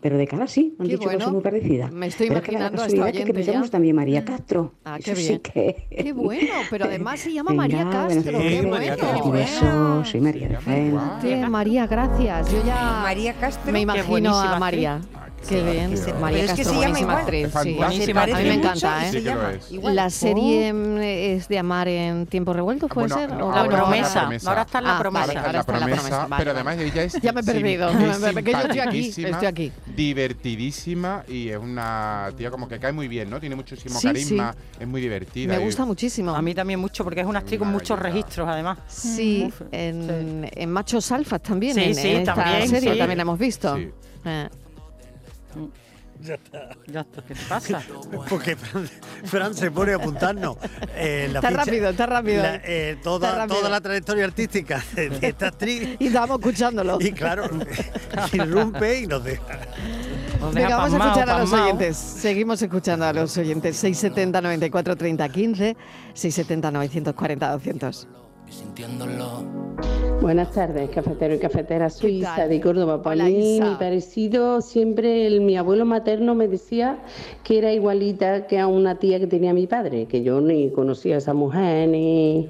Pero de cara sí, me han
Qué
dicho que soy
bueno.
muy parecida.
Me estoy
Pero es que da la
imaginando a esta
casualidad que-
oyente
que pensamos
ya.
también María Castro.
Ah,
Eso
qué
sí
bien.
que-
Qué bueno, pero además se llama María
Venga,
Castro.
buenas
qué
tardes,
bueno.
Katy Besos, soy María del Fen.
Bien, María, gracias. Yo ya
María Castro,
me
qué
imagino
buenísima
a
actriz.
María. Qué bien,
Pero
María
es que se
Castro,
llama
buenísima
igual.
actriz. sí.
Fantástica
A mí me
actriz.
encanta,
Sí que lo
¿eh?
es.
La serie em, es de amar en tiempo revuelto, ¿puede
Bueno,
ser?
no,
¿O
ahora
bueno,
está la promesa. Ahora está la
Ah,
promesa.
vale,
Ahora está la promesa,
vale,
pero
vale.
además ella es
Ya me he
sim-
perdido.
es
que yo estoy aquí,
simpaticísima,
estoy aquí.
Divertidísima y es una tía como que cae muy bien, ¿no? Tiene muchísimo
Sí,
carisma,
sí.
es muy divertida.
Me
y-
gusta muchísimo.
A mí también mucho, porque es una actriz con muchos registros, además.
Mm.
Sí, en, en Machos Alfas también,
Sí,
en,
sí,
en esta
también,
serie
sí.
también la hemos visto. Eh,
Ya está.
Ya está, ¿qué te pasa?
Porque Fran, Fran se pone a apuntarnos. eh, la
Está
ficha-
rápido, está rápido.
la, eh, toda,
Está rápido.
toda la trayectoria artística de, de esta actriz.
Y estábamos escuchándolo.
Y claro, irrumpe y nos deja.
Venga, vamos a escuchar a los oyentes. Seguimos escuchando a los oyentes. 670 94 30 15, 670 940 200.
Sintiéndolo.
Buenas tardes, cafetero y cafetera. Soy
tal?
Isa de Córdoba. Para
Hola,
mí,
Isa.
mi parecido, siempre el- mi abuelo materno me decía que era igualita que a una tía que tenía mi padre, que yo ni conocía a esa mujer, ni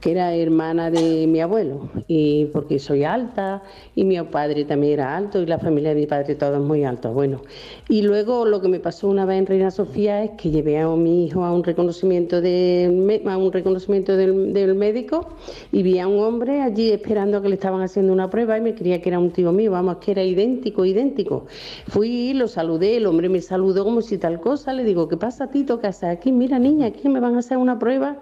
que era hermana de mi abuelo, y porque soy alta, y mi padre también era alto, y la familia de mi padre todos muy altos. Bueno, y luego lo que me pasó una vez en Reina Sofía es que llevé a mi hijo a un reconocimiento del, me- a un reconocimiento del, del médico y vi a un hombre allí esperando a que le estaban haciendo una prueba y me creía que era un tío mío, vamos, que era idéntico, idéntico. Fui, lo saludé, el hombre me saludó como si tal cosa, le digo, ¿qué pasa Tito? ¿Qué haces aquí? Mira niña, aquí me van a hacer una prueba.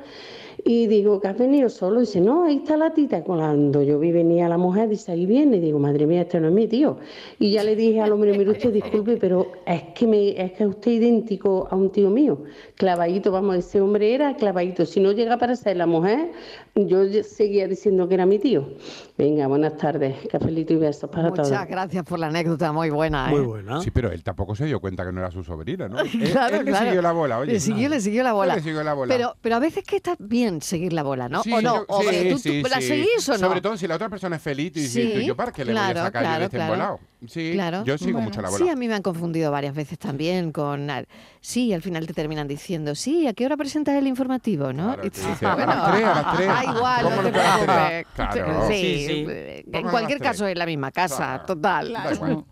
Y digo, ¿que has venido solo? Dice, no, ahí está la tita. Cuando yo vi venía la mujer, dice, ahí viene. Digo, madre mía, este no es mi tío. Y ya le dije al hombre, mire usted, disculpe, pero es que, me, es que usted es idéntico a un tío mío. Clavadito, vamos, ese hombre era clavadito. Si no llega para ser la mujer, yo ye- seguía diciendo que era mi tío. Venga, buenas tardes. Cafelito y besos para todos.
Muchas gracias por la anécdota, muy buena. ¿eh?
Sí, pero él tampoco se dio cuenta que no era su sobrina, ¿no? Él-
Claro,
él le
claro.
siguió la bola, oye.
Le siguió, le siguió la bola.
le siguió la bola.
Pero, pero a veces que está bien seguir la bola, ¿no?
Sí,
¿O no?
yo-
O,
sí,
eh, ¿tú- tú
sí,
¿La
sí.
seguís o no?
Sobre todo si la otra persona es feliz y dices,
Sí,
yo para qué le voy
claro,
a sacar yo
claro,
de este
claro.
embolado? Sí,
Claro.
yo sigo
Bueno.
mucho la bola.
Sí, a mí me han confundido varias veces también con... al- Sí, al final te terminan diciendo, sí, ¿a qué hora presentas el informativo? ¿no? Y tú
dice,
dices,
"A las tres, a las tres".
Da igual,
¿Cómo
no te
lo puedes
preocupes.
hacer? Claro.
Sí,
Sí, sí.
eh,
¿Cómo
En
lo
cualquier
vas a
caso, es la misma casa, total.
Da igual.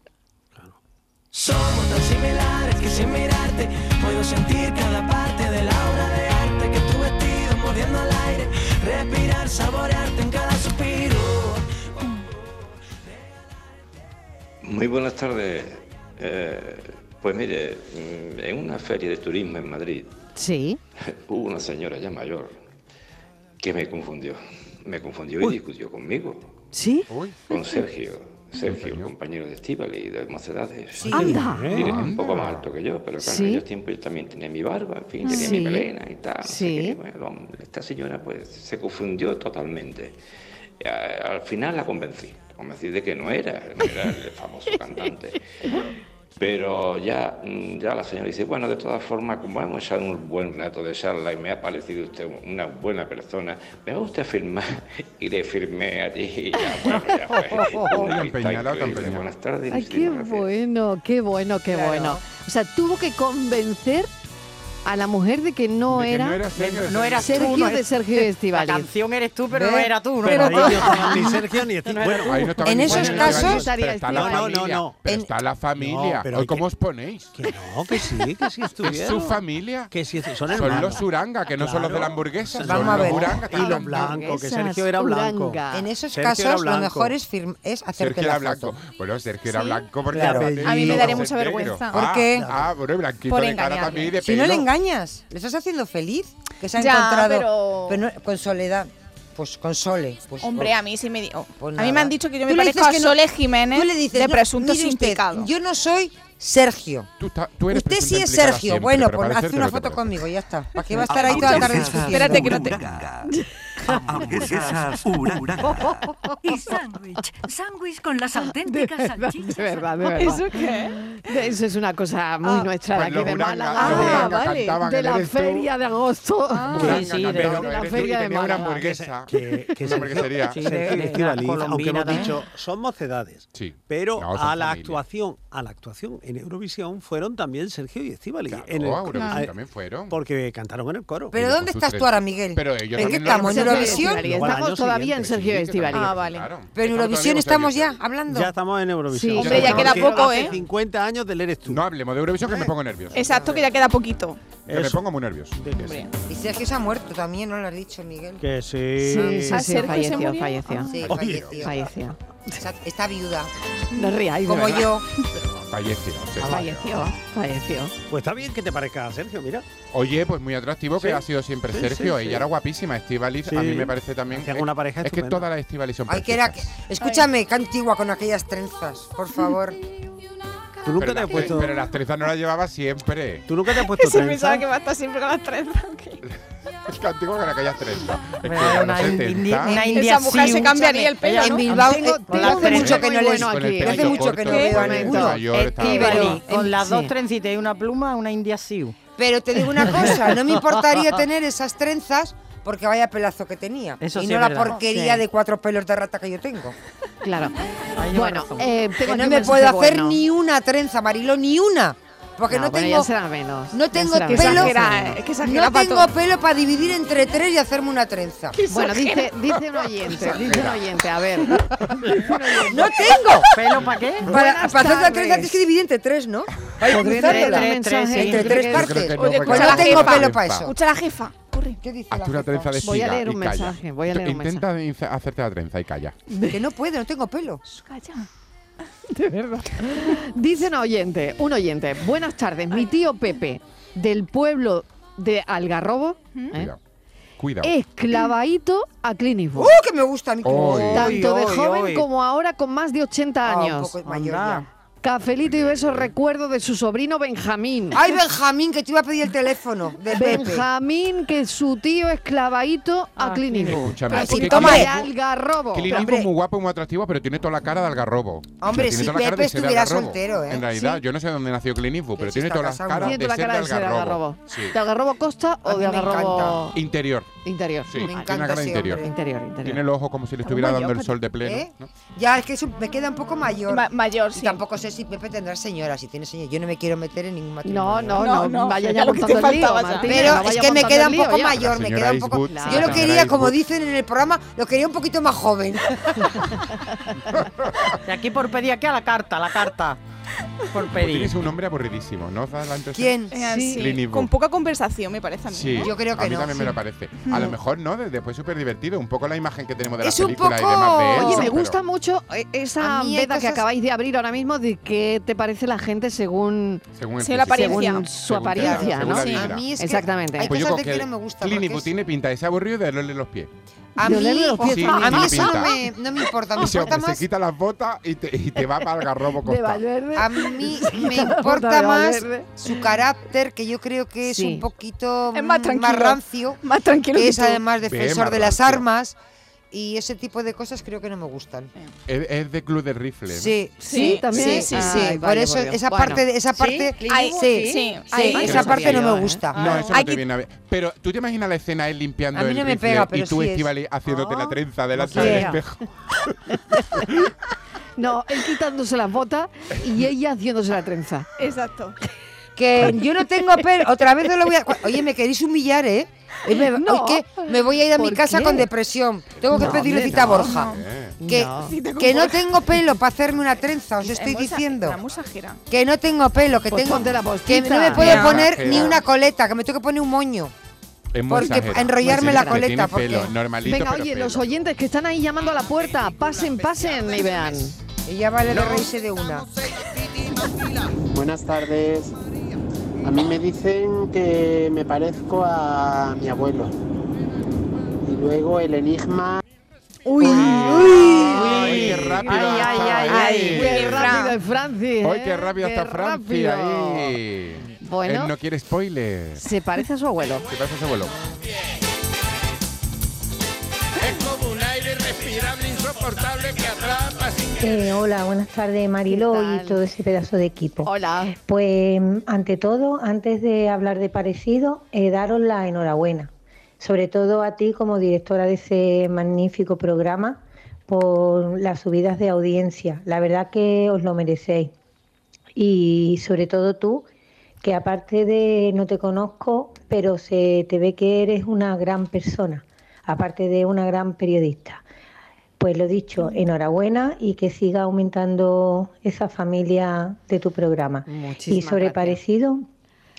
Somos tan similares que sin mirarte puedo sentir cada parte de la obra de arte que tu vestido moviendo al aire, respirar, saborearte en cada suspiro.
Muy buenas tardes. Eh, pues mire, mm, en una feria de turismo en Madrid
Sí.
hubo una señora ya mayor que me confundió. Me confundió y discutió conmigo,
¿Sí?
con Sergio. Sergio, compañero de Estíbal y de Mocedades.
Sí. Anda.
Y él es un poco más alto que yo, pero claro,
Sí.
en aquellos tiempos yo también tenía mi barba, en fin, tenía
Sí.
mi melena y tal. no sé
Sí.
qué. Bueno, esta señora pues se confundió totalmente. A- Al final la convencí, la convencí de que no era, no era el famoso cantante. Pero ya, mm, ya la señora dice, bueno, de todas formas, como hemos echado un buen rato de charla y me ha parecido usted una buena persona, ¿me va usted a firmar? Y le firmé allí y ya, bueno, ya fue. Una amistad increíble. Buenas tardes. y
Ay, qué bueno, qué bueno, qué bueno. O sea, tuvo que convencer a la mujer de que no,
que
era,
no era Sergio, De- no eras tú,
Sergio
no
de
es-
Sergio Estivali.
La canción eres tú, pero no era tú, ¿no?
Pero
Pero
tú-
Ni Sergio ni Esti-
No era
Bueno,
tú. Ahí no estaba
En
ni
esos
Juan,
casos-
ni Jesús, pero está la
No, no,
familia,
no, no.
Pero está la familia.
No, pero
Hoy,
que-
¿Cómo os ponéis?
Que no, que sí, que sí estuvieron.
Es su familia.
Que sí, son
Son
hermanos.
los Uranga, que no son los de la
pues
hamburguesa.
Son
son
los
los
Uranga,
Uranga,
Y los blancos, que Sergio era blanco.
En esos
Sergio era
casos, lo
blanco.
mejor es, firm- es hacerte
Sergio
la
era
foto.
blanco. Bueno, Sergio era
Sí.
blanco porque
Claro.
era
A mí me daría
negro.
mucha vergüenza.
Ah,
¿Por qué?
Ah, bueno, y blanquito
Por
de cara también y de
Si no le
pelo.
engañas, le estás haciendo feliz. Que se ha
Ya,
encontrado
pero-
pero no- con soledad. Pues con Sole. pues,
Hombre,
con-
a mí sí me di- oh,
pues
A mí me
nada.
han dicho que yo
Tú
me
le
parezco
dices
a
que no-
Sole Jiménez
tú le dices,
de
no,
presunto
mire
sin
usted,
pecado.
Yo no soy Sergio.
Tú, ta- tú eres
usted sí
presunta
es
implicada
Sergio.
siempre,
bueno,
pero
pues
parece
hace
que no
una
te
foto
parece. Ah,
conmigo, ya está. ¿Para qué va a estar ahí toda la tarde
Hamburguesas,
discutiendo?
Espérate que no te- Hamburguesas Uranga.
Y sándwich. Sándwich con las auténticas salchichas.
De verdad, de verdad.
¿Eso
qué? Eso es una cosa muy nuestra de
Pues
aquí
los
de
Uranga,
Málaga.
los
Ah,
Uranga
vale,
cantaban,
De
el
la
eres tú.
feria de agosto.
Ah.
Uranga,
Sí, sí, de la,
campeón, no
de la
eres tú, y
feria de
tenía una
Málaga.
hamburguesa.
que, que
Una hamburguesería.
Sergio, Sergio
Sí, de-
Estíbaliz,
de la
aunque hemos
colombina
dicho,
también.
son mocedades.
Sí.
Pero
No, son
a la
familia.
actuación, a la actuación en Eurovisión fueron también Sergio y Estíbaliz.
Claro,
en
a Eurovisión
a-
también fueron.
Porque cantaron en el coro.
¿Pero dónde estás tú ahora, Miguel?
Pero ellos
¿En qué
también lo
estamos? ¿En
representaron.
Eurovisión?
Luego al
Estamos
año
todavía en
siguiente,
Sergio
sí, que
Estivali.
también
Ah, vale.
presentaron.
Pero en
Estamos
Eurovisión
todavía en
estamos ya hablando.
Ya estamos en Eurovisión.
Sí, Hombre, ya queda
Porque
poco,
hace
¿eh?
50 años del Eres tú.
No hablemos de Eurovisión que me pongo nervioso.
Exacto, que ya queda poquito.
Que me pongo muy nervioso.
Y Sergio se ha muerto también, no lo has dicho, Miguel.
Que sí.
Sí, sí,
¿A
sí,
Ah, Sergio se
falleció,
murió?
falleció.
Sí,
Oye.
falleció.
Falleció.
Está, está viuda.
No ríais, de
Como
verdad.
yo.
Falleció. sí.
Falleció, falleció.
Pues está bien que te parezca a Sergio, mira.
Oye, pues muy atractivo que
Sí.
ha sido siempre
Sí,
Sergio.
sí, sí.
Ella era guapísima. Estivaliz,
Sí.
a mí me parece también.
Hacían
es-
una pareja
Es que
estupenda.
todas las Estivaliz son
Ay, que
preciosas.
era. Escúchame, qué antigua con aquellas trenzas, por favor.
Tú nunca
pero
te
las
has puesto-
tre- Pero las trenzas no las llevaba siempre.
Tú nunca te has puesto
Se pensaba
trenza.
que va a estar siempre con las trenzas.
Es que antiguo con aquellas trenzas. Es que
Bueno,
eran
una
los 70.
indi- una india Esa mujer sí, se cambiaría el escúchame, pelo,
En
¿no?
Bilbao
Tengo-
eh,
tengo
hace
tres
mucho que
muy
no les
bueno
Con el
que hace
pelito
mucho que no
corto,
veo a
con el
ninguno.
mayor, estaba
Estíbaliz,
guapa.
Con las dos
Sí.
trencitas y una pluma, una india siu.
Pero te digo una cosa, no me importaría tener esas trenzas porque vaya pelazo que tenía.
Eso
y
sí
no
es
la
verdad.
porquería
Sí.
de cuatro pelos de rata que yo tengo.
Claro.
lleva
Bueno,
razón.
eh, tengo
Que
aquí
no
un
me
mensaje
puedo hacer
bueno.
ni una trenza, Marilo, ni una. Porque no,
No, bueno,
tengo.
ya será menos,
No
ya
tengo
será menos.
pelo.
Que exagera, eh, que exagera
no
pa'
tengo
todo.
pelo para dividir entre tres y hacerme una trenza.
Bueno, dice, dice un oyente, dice un oyente, a ver.
¡No tengo!
¿Pelo para qué?
Para,
Buenas
para hacer una
tardes.
trenza tienes que dividir entre tres, ¿no? Ahí
Podría
cruzándola.
tener tres, tres,
entre
sí.
tres
Yo creo que
partes.
no, Oye, porque
pues
no
no
la
tengo
jefa.
pelo para eso.
Escucha la jefa. Corre.
¿Qué dice
Hazte
la
una
jefa?
trenza de
Voy a
siga
leer
y
un
calla.
mensaje, voy a leer un
Intenta ince- hacerte la trenza y calla.
Que no puedo, no tengo pelo.
De verdad. Dice un oyente, un oyente. Buenas tardes, mi tío Pepe, del pueblo de Algarrobo, ¿eh?
Cuidado. Cuidado.
es clavadito a Clint Eastwood.
¡Uh, que me gusta a mí!
Oy.
Tanto de
Oy,
joven
oy.
como ahora con más de 80
Ah, un
años.
poco mayor
Cafelito y besos recuerdo de su sobrino Benjamín.
¡Ay, Benjamín, que te iba a pedir el teléfono de Pepe!
Benjamín, que su tío es clavadito a Clint Eastwood.
Ah, Escúchame,
Pero
es
si
que
toma
Clint
de
Eastwood-
algarrobo.
Clint Eastwood es muy guapo y muy atractivo, pero tiene toda la cara de algarrobo.
Hombre,
tiene
si
toda la cara de
Pepe
ser
estuviera
algarrobo.
soltero, ¿eh?
En realidad,
Sí.
yo no sé dónde nació Clint Eastwood, pero
Sí,
tiene
está
toda la
casado, ¿no?
cara
Tiene
de
toda la
ser
cara de ser de algarrobo.
Sí.
¿De algarrobo costa
A
o
mí
de
me
algarrobo
Interior.
interior?
Sí,
Me
tiene
encanta
una cara
ese
interior.
hombre.
Interior, interior.
Tiene los ojos como si le estuviera
mayor,
dando el
pero-
sol de pleno.
¿Eh? Ya, es que eso me queda un poco mayor.
Ma- mayor,
Y
sí.
tampoco sé si Pepe tendrá señora, si tiene señora. Yo no me quiero meter en ningún
No,
matrimonio.
no, no,
no,
vaya
ya
ya
lo que te
montando el lío,
faltaba ya.
Martínez,
Pero
no vaya
es que me
montando
queda
el
un
lío
poco
ya.
mayor,
La
me
señora
queda un poco.
Eastwood,
Yo
Claro.
lo
la
quería,
señora
como
Eastwood.
dicen en el programa, lo quería un poquito más joven.
De aquí por pedir aquí a la carta, la carta. Por
Pues tienes
pedir.
un nombre aburridísimo, ¿no? os da la impresión?
¿Quién?
Eh,
Sí.
sí.
Clint Eastwood.
Con poca conversación, me parece a mí.
Sí,
¿no?
Yo creo que
a mí
no,
también
sí.
me lo parece. A
Mm.
lo mejor no, desde fue súper divertido. Un poco la imagen que tenemos de
Es
la
un
película
poco-
y demás de él.
Oye,
¿no?
me
Pero-
gusta mucho eh, esa
A mí hay
veda que
cosas-
acabáis de abrir ahora mismo de qué te parece la gente según,
Según el
Sí, la
físico.
apariencia.
según su
Según te-
apariencia,
según
¿no?
la vibra.
A mí es que
Exactamente.
hay
Pues yo
cosas
creo
de
que,
que no me gusta.
Clint
porque
Eastwood
es-
tiene pinta de ese aburrido y de olerle los pies.
A
de
mí,
olerle los pies,
Sí,
a mí
tiene
eso no
pinta.
me, no me importa. Me
Ese
importa
hombre se
más.
quita las botas y te, y te va para el garrobo
De
costado.
Valverde.
A mí me
Bota
importa
de
más
Valverde.
su carácter, que yo creo que es
Sí.
un poquito
Es más
mm,
tranquilo.
rancio.
Más tranquilo
que es
que tú.
además defensor
más
de las
rancio.
armas. Y ese tipo de cosas creo que no me gustan.
Es, es de club de rifle. ¿no?
Sí,
Sí,
Sí,
también.
sí,
Ay,
sí.
vaya,
por eso
por Dios.
esa
Bueno.
parte, de- esa
¿Sí?
parte,
Clint
Ay,
Eastwood,
sí,
sí.
sí,
Ay,
eso
esa
no
parte
sabía
no me
yo, ¿eh?
gusta.
No, eso no
Hay
te
que-
viene a ver. Pero tú te imaginas la escena él limpiando
A mí
el
no me
rifle
pega,
y
pero
tú
sí es.
Estivali haciéndote
Ah,
la trenza delante
no
del
quiero.
espejo.
No, él quitándose las botas y ella haciéndose la trenza.
Exacto.
Que yo no tengo pelo. Otra vez no lo voy a. Oye, me queréis humillar, ¿eh? Hoy me, hoy que me voy a ir a mi
¿por
casa
qué?
con depresión. Tengo que
No,
pedirle
hombre,
cita
no,
a Borja.
no.
Que,
No.
que no. tengo pelo para hacerme una trenza, os estoy diciendo.
La musajera.
Que no tengo pelo, que
Pues
tengo.
ponte la
que
postita.
no me puedo
Ya.
poner
Musajera.
ni una coleta, que me tengo que poner un moño.
Es muy
Porque
exagerado.
enrollarme
Sí,
la
pero que
coleta.
tiene
porque-
pelo, normalito,
Venga,
pero
oye,
pelo.
los oyentes que están ahí llamando a la puerta, pasen, pasen y vean.
Ella vale de reírse de una.
Buenas tardes. A mí me dicen que Eh, me parezco a mi abuelo. Y luego el enigma.
¡Uy!
¡Ay, qué rápido!
Ay, ay, ay, ay, qué rápido es Francis.
¡Ay,
¿eh?
qué rápido está Franci
rápido.
ahí!
Bueno.
Él no quiere spoilers.
Se parece a su abuelo.
¿Qué pasa, ese abuelo?
Es como un aire respirable insoportable que atrapa sin
Eh, hola, buenas tardes Mariló y todo ese pedazo de equipo.
Hola.
Pues mm, ante todo, antes de hablar de parecido, eh, daros la enhorabuena, sobre todo a ti como directora de ese magnífico programa por las subidas de audiencia. La verdad que os lo merecéis. Y sobre todo tú, que aparte de no te conozco, pero se te ve que eres una gran persona, aparte de una gran periodista. Pues lo dicho, enhorabuena y que siga aumentando esa familia de tu programa. y sobre
gracias.
parecido,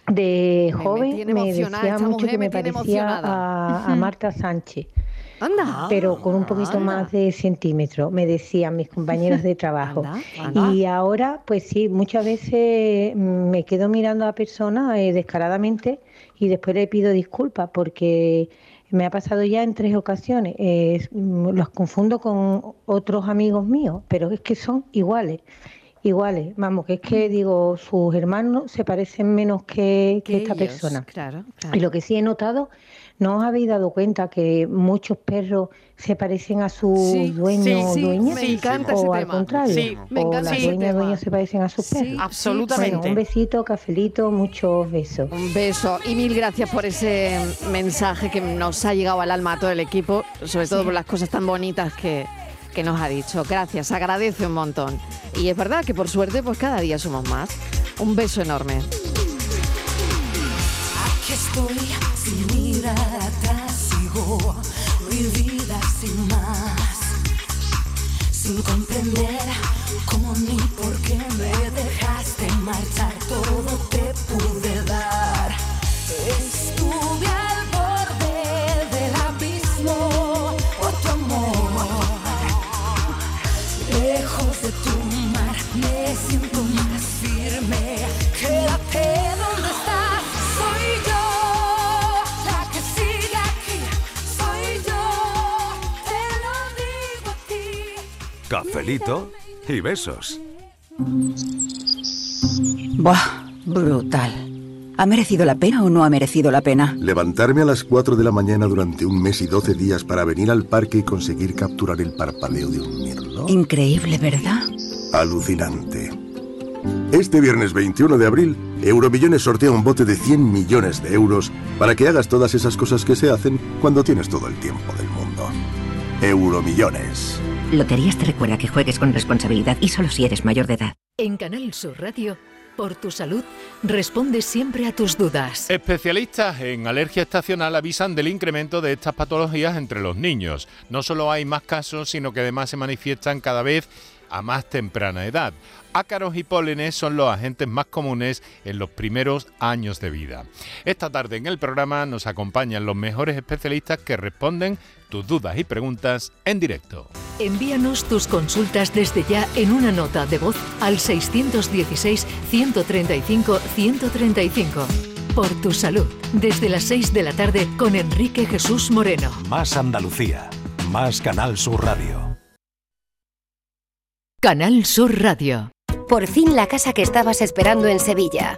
de joven
tiene
me,
emocionada,
decía
esta
mucho
mujer
que
me
me,
tiene
parecía
emocionada.
a, a Marta Sánchez.
Anda.
Pero con un poquito
anda.
más de centímetro, me decían mis compañeros de trabajo.
anda.
Y ahora, pues sí, muchas veces mm, me quedo mirando a personas eh, descaradamente y después le pido disculpas porque me ha pasado ya en tres ocasiones. Eh, es- mm, los confundo con otros amigos míos, pero es que son iguales. Iguales, vamos, que es
Mm.
que digo, sus hermanos se parecen menos que, que
Que
esta
ellos,
persona.
Claro,
Y lo que sí he notado, ¿no os habéis dado cuenta que muchos perros se parecen a su
Sí,
dueño
sí,
o
sí,
dueña?
me encanta
o
ese
al
tema.
contrario,
Sí, me
o
encanta
las
ese
dueñas o
tema.
dueños se parecen a sus perros.
absolutamente.
Bueno, un besito, cafelito, muchos besos.
Un beso y mil gracias por ese mensaje que nos ha llegado al alma a todo el equipo, sobre todo
Sí.
por las cosas tan bonitas que, que nos ha dicho. Gracias, agradece un montón. Y es verdad que por suerte pues cada día somos más. Un beso enorme.
Aquí estoy sin mirar atrás, sigo mi vida sin más, sin comprender cómo ni por qué me dejaste marchar, todo te pude dar. Estuve al borde del abismo por tu amor. Lejos de tu mar me siento más firme. Quédate donde estás. Soy yo la que sigue aquí. Soy yo. Te lo digo a ti.
Cafelito y besos.
Buah, brutal. ¿Ha merecido la pena o no ha merecido la pena?
Levantarme a las 4 de la mañana durante un mes y 12 días para venir al parque y conseguir capturar el parpadeo de un mirlo.
Increíble, ¿verdad?
Alucinante. Este viernes 21 de abril, Euromillones sortea un bote de 100 millones de euros para que hagas todas esas cosas que se hacen cuando tienes todo el tiempo del mundo. Euromillones.
Loterías te recuerda que juegues con responsabilidad y solo si eres mayor de edad.
En Canal Sur Radio, por tu salud, responde siempre a tus dudas.
Especialistas en alergia estacional avisan del incremento de estas patologías entre los niños. No solo hay más casos, sino que además se manifiestan cada vez a más temprana edad. Ácaros y pólenes son los agentes más comunes en los primeros años de vida. Esta tarde en el programa nos acompañan los mejores especialistas que responden tus dudas y preguntas en directo.
Envíanos tus consultas desde ya en una nota de voz al 616-135-135. Por tu salud, desde las 6 de la tarde con Enrique Jesús Moreno.
Más Andalucía. Más Canal Sur Radio.
Canal Sur Radio.
Por fin la casa que estabas esperando en Sevilla.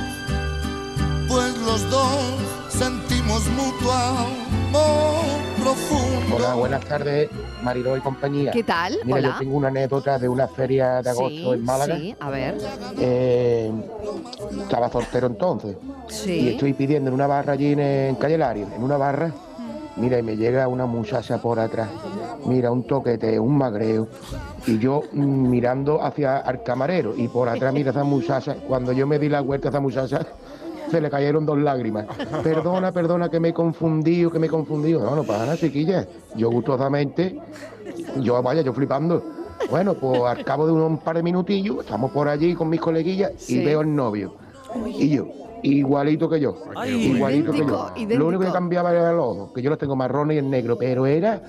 pues los dos sentimos mutuo amor profundo.
Hola, buenas tardes, Mariló y compañía.
¿Qué tal?
Mira,
Hola.
yo tengo una anécdota de una feria de agosto
Sí,
en Málaga.
sí, a ver.
Eh, estaba soltero entonces.
Sí.
Y estoy pidiendo en una barra allí en, en Calle Lari, en una barra. Mira, y me llega una muchacha por atrás. Mira, un toquete, un magreo. Y yo mm, mirando hacia al camarero. Y por atrás, mira esa muchacha. Cuando yo me di la vuelta a esa muchacha, se le cayeron dos lágrimas. Perdona, perdona, que me he confundido, que me he confundido. No, no pasa nada, chiquilla. Yo gustosamente, yo vaya, yo flipando. Bueno, pues al cabo de un par de minutillos, estamos por allí con mis coleguillas
Sí.
y veo el novio. Y yo, igualito que yo.
Ay,
igualito que
idéntico,
yo. Lo
idéntico.
único que cambiaba era los ojos, que yo los tengo marrones y el negro, pero era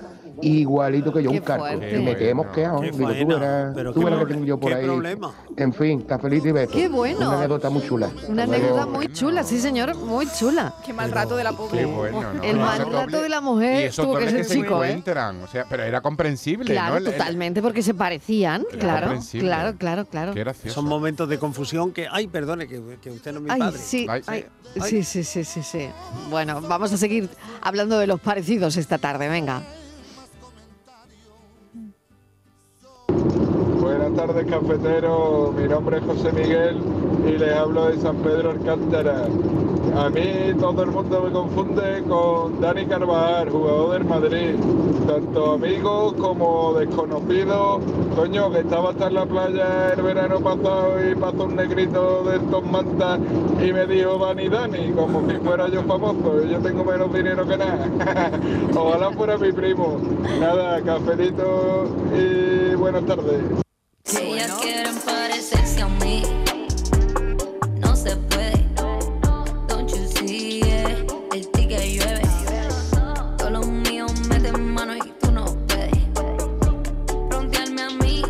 igualito que yo,
Qué
un carco.
fuerte.
Y me quedé mosqueado.
Qué
Digo, tú
faena,
verás,
pero
tú
qué
verás lo
pro-
que tengo yo por
qué
ahí.
problema.
En fin, está feliz y beso.
Qué bueno.
Una anécdota muy chula.
Una
Hasta luego.
anécdota muy chula, sí señor, muy chula.
Qué mal rato de la pobre.
Qué bueno, ¿no?
El
Eso
mal
doble-
rato de la
y
mujer
esos
tuvo Eh, que
dobles
ser
se
chico, ¿eh?
encuentran, o sea, pero era comprensible,
Claro,
¿no? El- el-
totalmente, porque se parecían,
Era
claro,
comprensible.
claro, claro, claro.
Son momentos de confusión que, ay, perdone, que, que usted no es mi
Ay,
padre.
sí,
eh,
ay, sí, sí, sí, sí, sí. Bueno, vamos a seguir hablando de los parecidos esta tarde, venga.
Buenas tardes, cafetero. Mi nombre es José Miguel y les hablo de San Pedro Alcántara. A mí todo el mundo me confunde con Dani Carvajal, jugador del Madrid. Tanto amigos como desconocidos. Coño, que estaba hasta en la playa el verano pasado y pasó un negrito de estos mantas y me dijo Dani, Dani, como si fuera yo famoso. y Yo tengo menos dinero que nada. Ojalá fuera mi primo. Nada, cafelito y buenas tardes.
Si ellas quieren parecerse a mí, no se puede. Don't you see, yeah. El tigre llueve. Todos los míos meten mano y tú no puedes. Frontearme a mí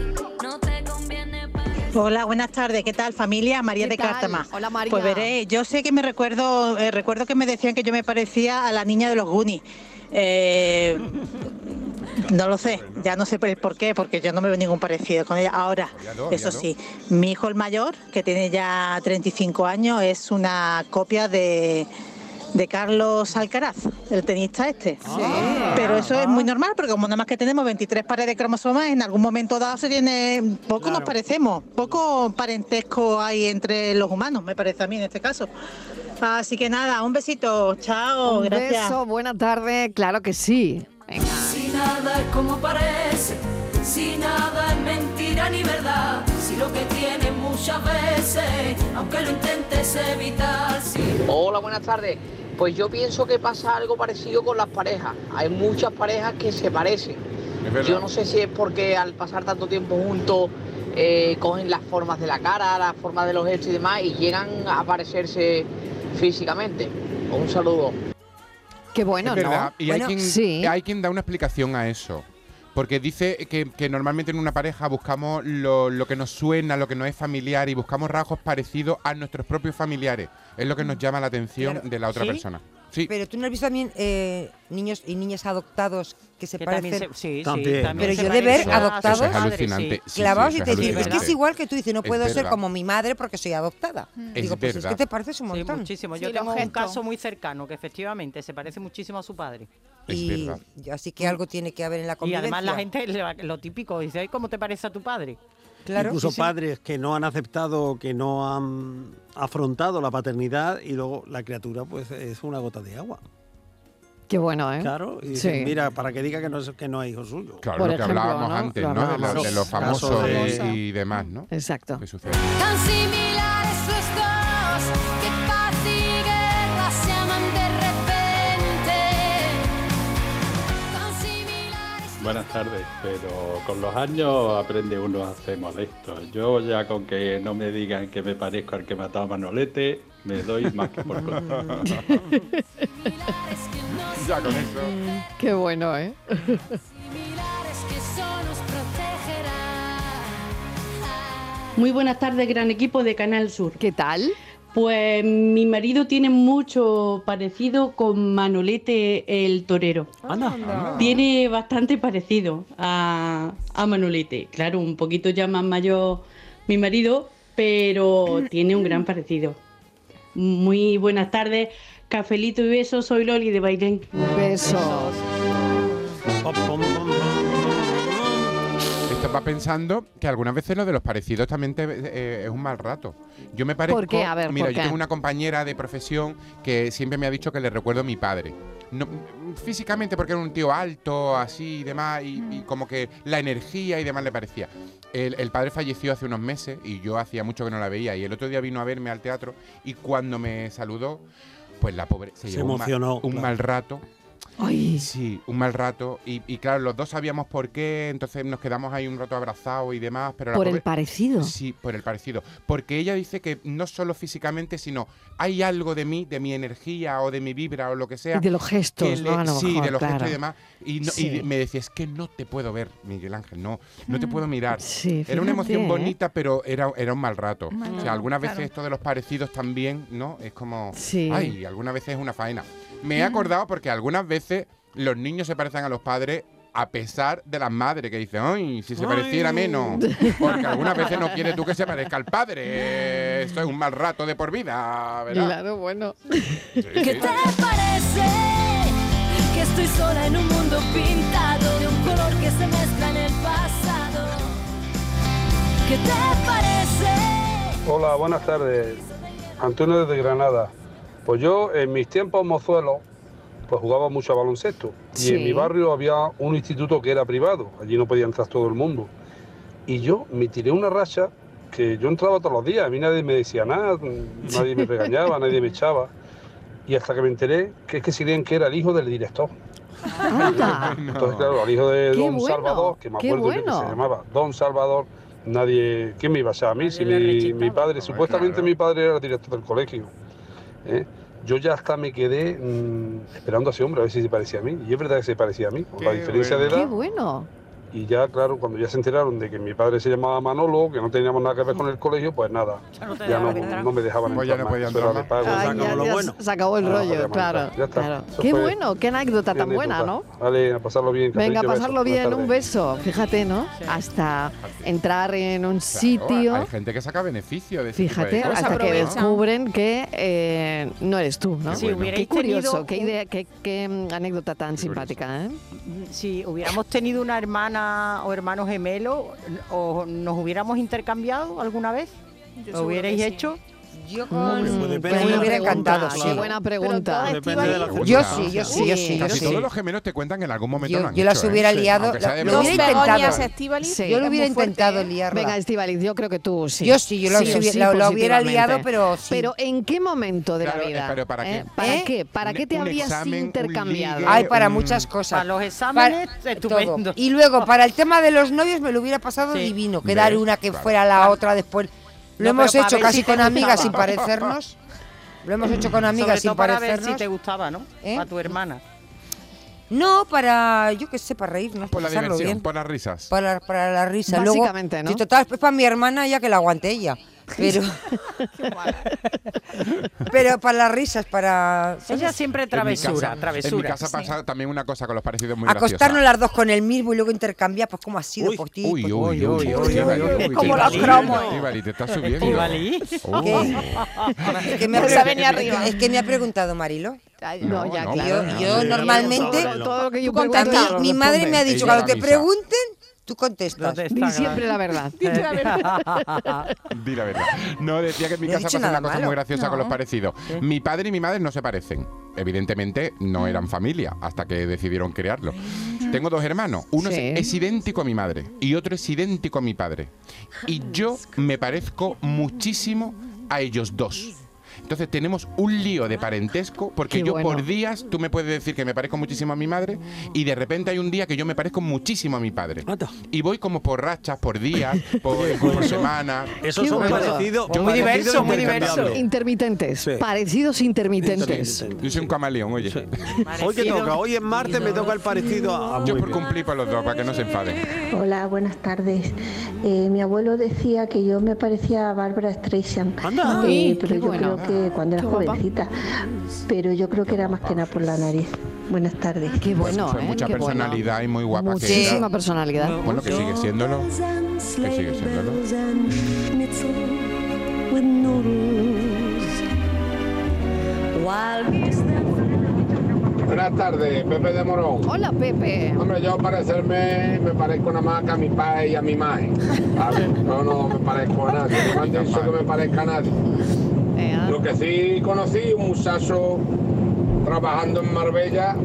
no te conviene
Hola, buenas tardes. ¿Qué tal, familia? María
¿Qué
de
tal?
Cártama.
Hola, María.
Pues veré, yo sé que me recuerdo, eh, recuerdo que me decían que yo me parecía a la niña de los Goonies. Eh, no lo sé, ya no sé por- por qué, porque yo no me veo ningún parecido con ella. Ahora, Ya no, ya eso no. sí, mi hijo el mayor, que tiene ya 35 años, es una copia de, de Carlos Alcaraz, el tenista este. Pero eso es muy normal, porque como nada más que tenemos 23 pares de cromosomas, en algún momento dado se tiene... Poco nos parecemos, poco parentesco hay entre los humanos, me parece a mí en este caso. Así que nada, un besito, chao,
Un
Oh, gracias.
beso, buena tarde, claro que sí. Venga.
Si nada es como parece, si nada es mentira ni verdad, si lo que tienes muchas veces, aunque lo intentes evitar, si
Hola, buenas tardes. Pues yo pienso que pasa algo parecido con las parejas. Hay muchas parejas que se parecen.
verdad.
Yo no sé si es porque al pasar tanto tiempo juntos eh, cogen las formas de la cara, las formas de los gestos y demás y llegan a parecerse físicamente. Un saludo.
Qué bueno,
Es
¿no?
verdad,
Y hay, quien, hay quien da una explicación a eso. Porque dice que, que normalmente en una pareja buscamos lo, lo que nos suena, lo que nos es familiar
Mm.
y buscamos rasgos parecidos a nuestros propios familiares. Es lo que nos llama la atención
Claro,
de la otra
sí.
persona.
Pero tú no has visto también eh, niños y niñas adoptados que se
Que
parecen.
también se- sí, sí, También. también
pero
se
yo de ver
parecen a sus
adoptados
madres, Eso es alucinante, sí. sí, sí,
clavados
eso
y
es
te dicen, es que es
alucinante.
igual que tú dices, no
Es
puedo ser
verdad.
como mi madre porque soy adoptada.
Mm.
Digo,
Es
pues es
verdad.
que te pareces un
Sí,
montón.
muchísimo.
Sí,
Yo
los
tengo un
gestos.
caso muy cercano que efectivamente se parece muchísimo a su padre.
Y así que algo tiene que haber en la
Y
convivencia.
además la gente, le- lo típico, dice, "Ay, ¿cómo te parece a tu padre?
Incluso
Sí, sí.
padres que no han aceptado, que no han afrontado la paternidad y luego la criatura pues es una gota de agua.
Qué bueno, ¿eh?
Claro, y
sí.
dicen, mira, para que diga que no es, que no es hijo suyo.
Claro, lo que hablábamos antes, ¿no? De, la- de los famosos de- y demás,
Mm.
¿no?
Exacto.
Que sucede.
Tan similares los dos que paz y guerra se aman de repente. Tan similares.
Buenas tardes, pero con los años aprende uno a ser molesto. Yo ya con que no me digan que me parezco al que mataba a Manolete, me doy más que por contado.
ya con eso.
Qué bueno, ¿eh?
Similares que solo nos protegerán.
Muy buenas tardes, gran equipo de Canal Sur.
¿Qué tal?
Pues mi marido tiene mucho parecido con Manolete el torero.
Anda.
Tiene bastante parecido a, a Manolete. Claro, un poquito ya más mayor mi marido, pero tiene un gran parecido. Muy buenas tardes, cafelito y besos. Soy Loli de Bailén.
Besos.
Esto va pensando que algunas veces lo de los parecidos también te- eh, es un mal rato. Yo me parezco.
¿Por qué? A ver,
mira,
¿por
yo
qué?
tengo una compañera de profesión que siempre me ha dicho que le recuerdo a mi padre. No, físicamente porque era un tío alto, así y demás, y,
Mm.
y como que la energía y demás le parecía. El, el padre falleció hace unos meses y yo hacía mucho que no la veía. Y el otro día vino a verme al teatro y cuando me saludó, pues la pobre se,
Se
llevó un ma-
emocionó,
un
claro.
mal rato. Sí, un mal rato. Y, y claro, los dos sabíamos por qué, entonces nos quedamos ahí un rato abrazados y demás. Pero la
Por el
pobre-
parecido.
Sí, por el parecido. Porque ella dice que no solo físicamente, sino hay algo de mí, de mi energía o de mi vibra o lo que sea.
Y de los gestos,
que le-
¿no? A lo
sí,
mejor,
de los
claro.
gestos y demás. Y, no- y
Sí.
me decía, es que no te puedo ver, Miguel Ángel, no, no te
Mm.
puedo mirar.
Sí,
era
fíjate,
una emoción
¿eh?
bonita, pero era, era un mal rato.
Mal
o
rato,
sea, algunas veces
claro.
esto de los parecidos también, ¿no? Es como,
Sí.
ay, algunas veces es una faena. Me he acordado porque algunas veces los niños se parecen a los padres a pesar de las madres que dicen, ay, si se pareciera
Ay.
menos. Porque algunas veces no quieres tú que se parezca al padre. Esto es un mal rato de por vida, ¿verdad?
Claro, bueno.
¿Qué te parece? Que estoy sola en un mundo pintado de un color que se mezcla en el pasado. ¿Qué te parece?
Hola, buenas tardes. Antonio desde Granada. Pues yo en mis tiempos mozuelos pues jugaba mucho a baloncesto y Sí. en mi barrio había un instituto que era privado, allí no podía entrar todo el mundo. Y yo me tiré una racha que yo entraba todos los días, a mí nadie me decía nada, nadie me regañaba, nadie me echaba. Y hasta que me enteré que es que se creían que era el hijo del director. Entonces, Pues claro, al hijo de
Qué
Don
bueno,
Salvador, que me
qué
acuerdo yo que
bueno.
se llamaba Don Salvador, nadie. ¿Quién me iba a echar a mí? Si mi, mi padre, supuestamente mi padre era el director del colegio. ¿eh? Yo ya hasta me quedé mm, esperando a ese hombre a ver si se parecía a mí. Y es verdad que se parecía a mí, por la diferencia de
Qué
edad.
bueno.
Y ya, claro, cuando ya se enteraron de que mi padre se llamaba Manolo, que no teníamos nada que ver con el colegio, pues nada. Ya no,
te dejaban entrar.
no me dejaban
Pues ya no
entrar más.
podían
Eso era
entrar
de pago.
Ay, ya, ya se acabó el
Ah,
rollo,
podíamos
claro.
entrar. Ya está.
claro.
Eso
Qué
fue
bueno, qué anécdota tan
mi
buena, ¿no?
anécdota. Vale, a pasarlo bien.
Venga,
cafelito, besos.
pasarlo
Buenas
bien,
tardes.
un beso. Fíjate, ¿no? Hasta entrar en un sitio.
Hay gente que saca beneficio de este tipo de
Fíjate,
cosas,
hasta que
¿no?
descubren que eh, no eres tú, ¿no?
Qué Si bueno.
qué
hubierais
curioso,
tenido
qué,
un-
idea, qué, qué, mm, anécdota tan simpática, ¿eh?
Si Mm, hubiéramos tenido una hermana o hermano gemelo, ¿o nos hubiéramos intercambiado alguna vez? ¿Lo
seguro
hubierais
que sí.
hecho?
Yo
con-
Mm,
depende
pues me
de la
hubiera
pregunta,
encantado,
claro.
sí.
Qué buena pregunta. Pero todas
Depende de la
Yo
circunstancia.
sí, yo sí, yo sí. yo
Casi
sí.
todos los gemelos te cuentan que en algún momento
Yo-
lo han
yo las
hecho, ¿eh?
hubiera liado-
Aunque sea
la-
de
lo
broma.
hubiera intentado. Begoñas,
Estíbaliz,
Sí,
es
yo lo
muy
hubiera
fuerte,
intentado
¿eh?
liarla.
Venga, Estivaliz, yo creo que tú sí.
Yo sí, yo la hubiera- la- la hubiera
positivamente.
liado, pero sí.
Pero ¿en qué momento de
Claro,
la
eh,
vida?
pero ¿para
¿Eh?
qué?
¿Para
¿Eh?
qué? ¿Para
Un-
qué te
un
habrías
examen, un
intercambiado?
Ay, para muchas cosas.
Para los exámenes, estupendo.
todo. Y luego, para el tema de los novios, me lo hubiera pasado
Sí.
divino.
¿Ves?
Quedar una que
Claro.
fuera la otra después. Lo
No,
hemos
pero para
hecho
ver
casi
si te
con amigas sin
gustaba.
parecernos. Lo hemos hecho con
Sobre
amigas sin
todo para ver
parecernos. ¿eh?
si te gustaba, ¿no? A tu hermana.
No, para, yo qué sé, para reírnos,
Por la
pasarlo
diversión,
bien.
por las risas.
Para, para la risa. Básicamente, Luego,
¿no?
sí, total, es para mi hermana ya que la aguante ella.
Pero, pero para las risas, para...
Ella siempre travesura,
En mi
travesura.
casa pasa también una cosa con los parecidos muy
Acostarnos
graciosa.
las dos con el mismo y luego intercambiar, pues cómo ha sido, pues ti, pues,
Uy, uy, uy, uy,
uy, uy,
uy, uy,
uy,
uy,
como
Estíbaliz,
los cromos.
Estíbaliz, te está subiendo.
Estíbaliz.
Oh.
¿Qué? Es que me ha
No se
pregun-
venía arriba.
Es que me ha preguntado Marilo.
No, no, ya, no, claro.
Yo,
no,
yo
no, no.
normalmente.
Todo- todo lo que yo
Tú contesta.
pregunto, ella lo
mi, mi madre
responde.
me ha dicho que a lo que
Ella
pregunten, tú contestas.
Di siempre la verdad.
Di la verdad.
Di la verdad. No, decía que en mi
No he
casa
dicho
pasa una
nada
cosa
malo.
muy graciosa con
No.
los parecidos.
¿Qué?
Mi padre y mi madre no se parecen. Evidentemente
Mm.
no eran familia hasta que decidieron crearlo. Tengo dos hermanos. Uno es-
Sí.
es, idéntico a mi madre y otro es idéntico a mi padre. Y yo me parezco muchísimo a ellos dos. Entonces tenemos un lío de parentesco porque
Qué
yo
bueno.
por días tú me puedes decir que me parezco muchísimo a mi madre y de repente hay un día que yo me parezco muchísimo a mi padre. Y voy como por rachas, por días, por, por semanas.
Esos son parecidos-
Yo parecido
muy diversos, muy
intercambiable.
diversos.
Intermitentes, parecidos e intermitentes.
Yo soy un camaleón, oye.
Hoy que toca, hoy es martes, me toca el parecido a.
Yo por cumplir para los dos, para que no se enfaden.
Hola, buenas tardes. Eh, mi abuelo decía que yo me parecía a Bárbara Streisand,
Anda.
Eh,
Uy,
pero
qué
yo
bueno.
creo que cuando era
Qué guapa.
jovencita, pero yo creo que era más que nada por la nariz. Buenas tardes.
Qué bueno,
Fue
¿eh?
mucha
Qué bueno.
personalidad y muy guapa que era.
Muchísima personalidad.
Bueno, que sigue siéndolo. Que sigue siéndolo.
Buenas tardes, Pepe de Morón.
Hola, Pepe.
Hombre, yo parecerme, me parezco nada más que a mi padre y a mi madre. A ver, no, no me parezco a nadie. No me han dicho que me parezca a nadie. Lo que sí conocí, un muchacho trabajando en Marbella,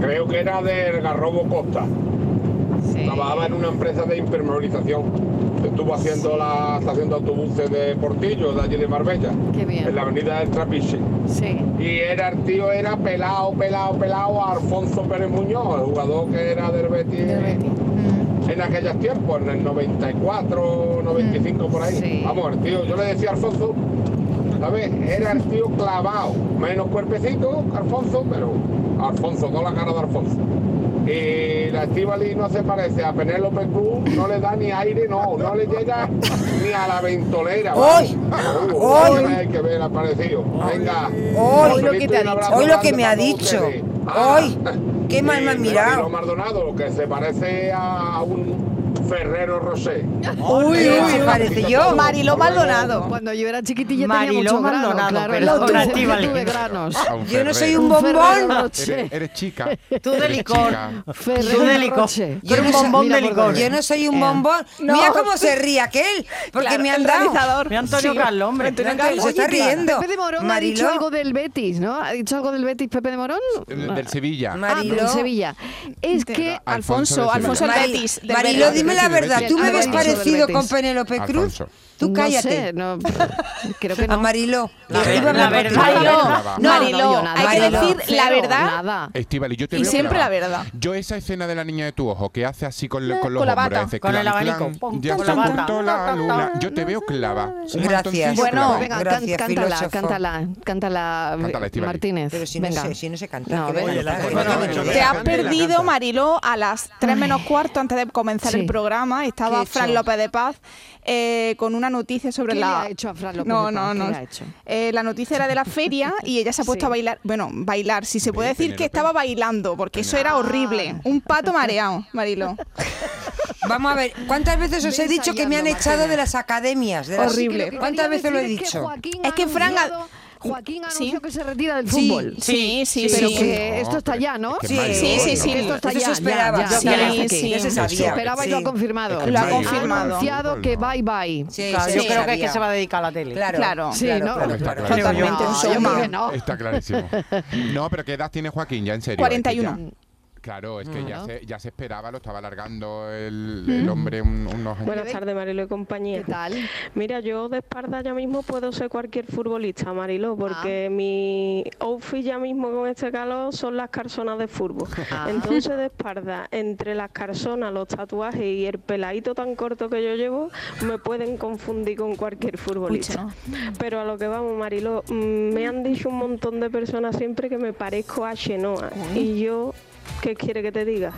creo que era del Garrobo Costa. Trabajaba en una empresa de impermeabilización. Estuvo haciendo la estación de autobuses de Portillo, de allí de Marbella. En la avenida del Trapiche. Y era, el tío era pelado, pelado, pelado a Alfonso Pérez Muñoz, el jugador que era del Betis. En aquellos tiempos, en el 94,
Mm,
95 por ahí. Vamos, el tío, yo le decía a Alfonso, ¿sabes? Era el tío clavado, menos cuerpecito, Alfonso, pero Alfonso, toda la cara de Alfonso. Y la Estivali no se parece a Penélope Cruz, no le da ni aire, no, no le llega ni a la ventolera.
¡Hoy!
Uh,
¡Hoy!
Hay que ver, ha parecido. Venga.
Hoy lo
Cafelito
que
y
te ha
un
dicho.
abrazo
Hoy lo que
grande
me ha
para todos
dicho.
ustedes.
Hoy.
Ah.
Qué mal me han
Y Ramiro
mirado.
Maldonado, que se parece a un Ferrero Rosé.
Uy,
Qué
uy, parece
básico
yo.
todo.
Mariló
Hasta luego.
Maldonado.
Cuando yo era chiquitilla
Mariló
tenía mucho
Maldonado,
grano, claro,
perdona,
entonces yo
Estíbaliz.
tuve granos.
A Ah, un
Yo no soy
Ferrero.
un
Ferrero
bombón.
Rocher.
Eres, eres chica.
Tú de
Eres
licor.
chica.
Ferrero Rocher. Tú eres
soy,
mira por dónde.
yo no soy un
Eh.
bombón.
No.
Mira cómo se ríe aquel. Porque
Claro,
me han
el
dado.
realizador.
Mira Antonio Carlos, hombre.
Antonio
Antonio
Carlos se
Oye,
está
claro,
riendo.
Pepe de Morón ha dicho
Mariló.
algo del Betis, ¿no? ¿Ha dicho algo del Betis Pepe de Morón?
Del, del Sevilla.
Ah, del Sevilla. Es que
Alfonso de Alfonso
el
Mari-
Betis, del
Mariló,
Betis.
dime la
Del Betis,
verdad.
del
¿Tú me
Betis.
ves
Alfonso del
parecido
Betis.
con Penélope Cruz?
Alfonso.
Tú
No
cállate.
sé, no, creo que no.
A Mariló.
La
Que
ver-
iba a
la
hablar
verdad,
contigo.
Mariló,
No,
Mariló,
no, yo nada.
hay que
Mariló.
decir la
Cero,
verdad.
Nada.
Estivali, yo te
Y
veo
siempre
clavada.
la verdad.
Yo esa escena de la niña de tu ojo que hace así con,
Eh,
con los
con la
hombros,
bata,
hace
con
clan,
el abanico.
clan,
Pon,
ya
pon,
se
pon,
apuntó
pon,
la
pon,
luna.
pon.
Yo te veo clava. Un
Gracias.
montoncillo
Bueno,
clavado.
venga,
Gracias,
can- cántala,
filósofo.
cántala,
Ah,
cántala,
Cántala,
eh,
Estíbaliz.
Martínez.
Pero si no
venga.
sé, si no sé cantar,
No,
que
venga.
venga,
la
cantar.
cosa
Venga,
no
venga.
es-
Te has
Canta,
perdido,
canta.
Mariló, a las 3 menos cuarto antes de comenzar
Sí.
el programa.
¿Qué he
Estaba
hecho?
Fran López de Paz eh, con una noticia sobre
¿Qué
la.
le ha hecho a Fran López
no,
de Paz?
no,
¿Qué
no.
le ha hecho?
Eh, la noticia era de la feria y ella se ha puesto
Sí.
a bailar. Bueno, bailar, si se puede decir que
Penélope.
estaba bailando, porque eso era horrible. Un pato mareado, Mariló.
Vamos a ver, ¿cuántas veces os
Ve
he dicho que me han
ensayando,
echado de
Martina.
las academias? de las-
Horrible.
¿Cuántas veces lo he
Es que
dicho?
Joaquín
Es que
ha
Fran ha-
anunciado- Joaquín
Sí.
anunció que se retira del
Sí,
fútbol.
sí, sí,
Pero
sí.
que
No,
esto está
pero
ya, ¿no?
es que
Sí,
Mariló,
sí, sí,
no.
sí.
Esto está
Eso
ya.
se esperaba,
ya, ya,
se esperaba,
ya, ya está
sí,
aquí.
sí.
se
Se
sabía.
esperaba y
Sí.
lo ha confirmado.
Es que Lo ha
Ha
confirmado.
anunciado que bye bye.
Sí,
Claro,
sí,
yo creo que es
este
sabía.
que se va a dedicar a la tele.
Claro,
Claro.
Sí,
claro,
¿no?
claro,
Está
claro.
claro.
Totalmente
No,
un
yo creo
showman.
que no.
Está clarísimo. No, pero ¿qué edad tiene Joaquín ya en serio? Es que
41.
ya- Claro, es que ya se, ya se esperaba, lo estaba alargando el, el hombre un- unos
Buenas tardes, Marilo y compañía.
¿Qué tal?
Mira, yo de espalda ya mismo puedo ser cualquier futbolista,
Ah.
Marilo, porque mi outfit ya mismo con este calor son las calzonas de fútbol.
Ah.
Entonces, de espalda, entre las calzonas, los tatuajes y el peladito tan corto que yo llevo, me pueden confundir con cualquier futbolista. Pero a lo que vamos, Marilo, mm, me han dicho un montón de personas siempre que me parezco a Chenoa. Y yo ¿Qué quiere que te diga?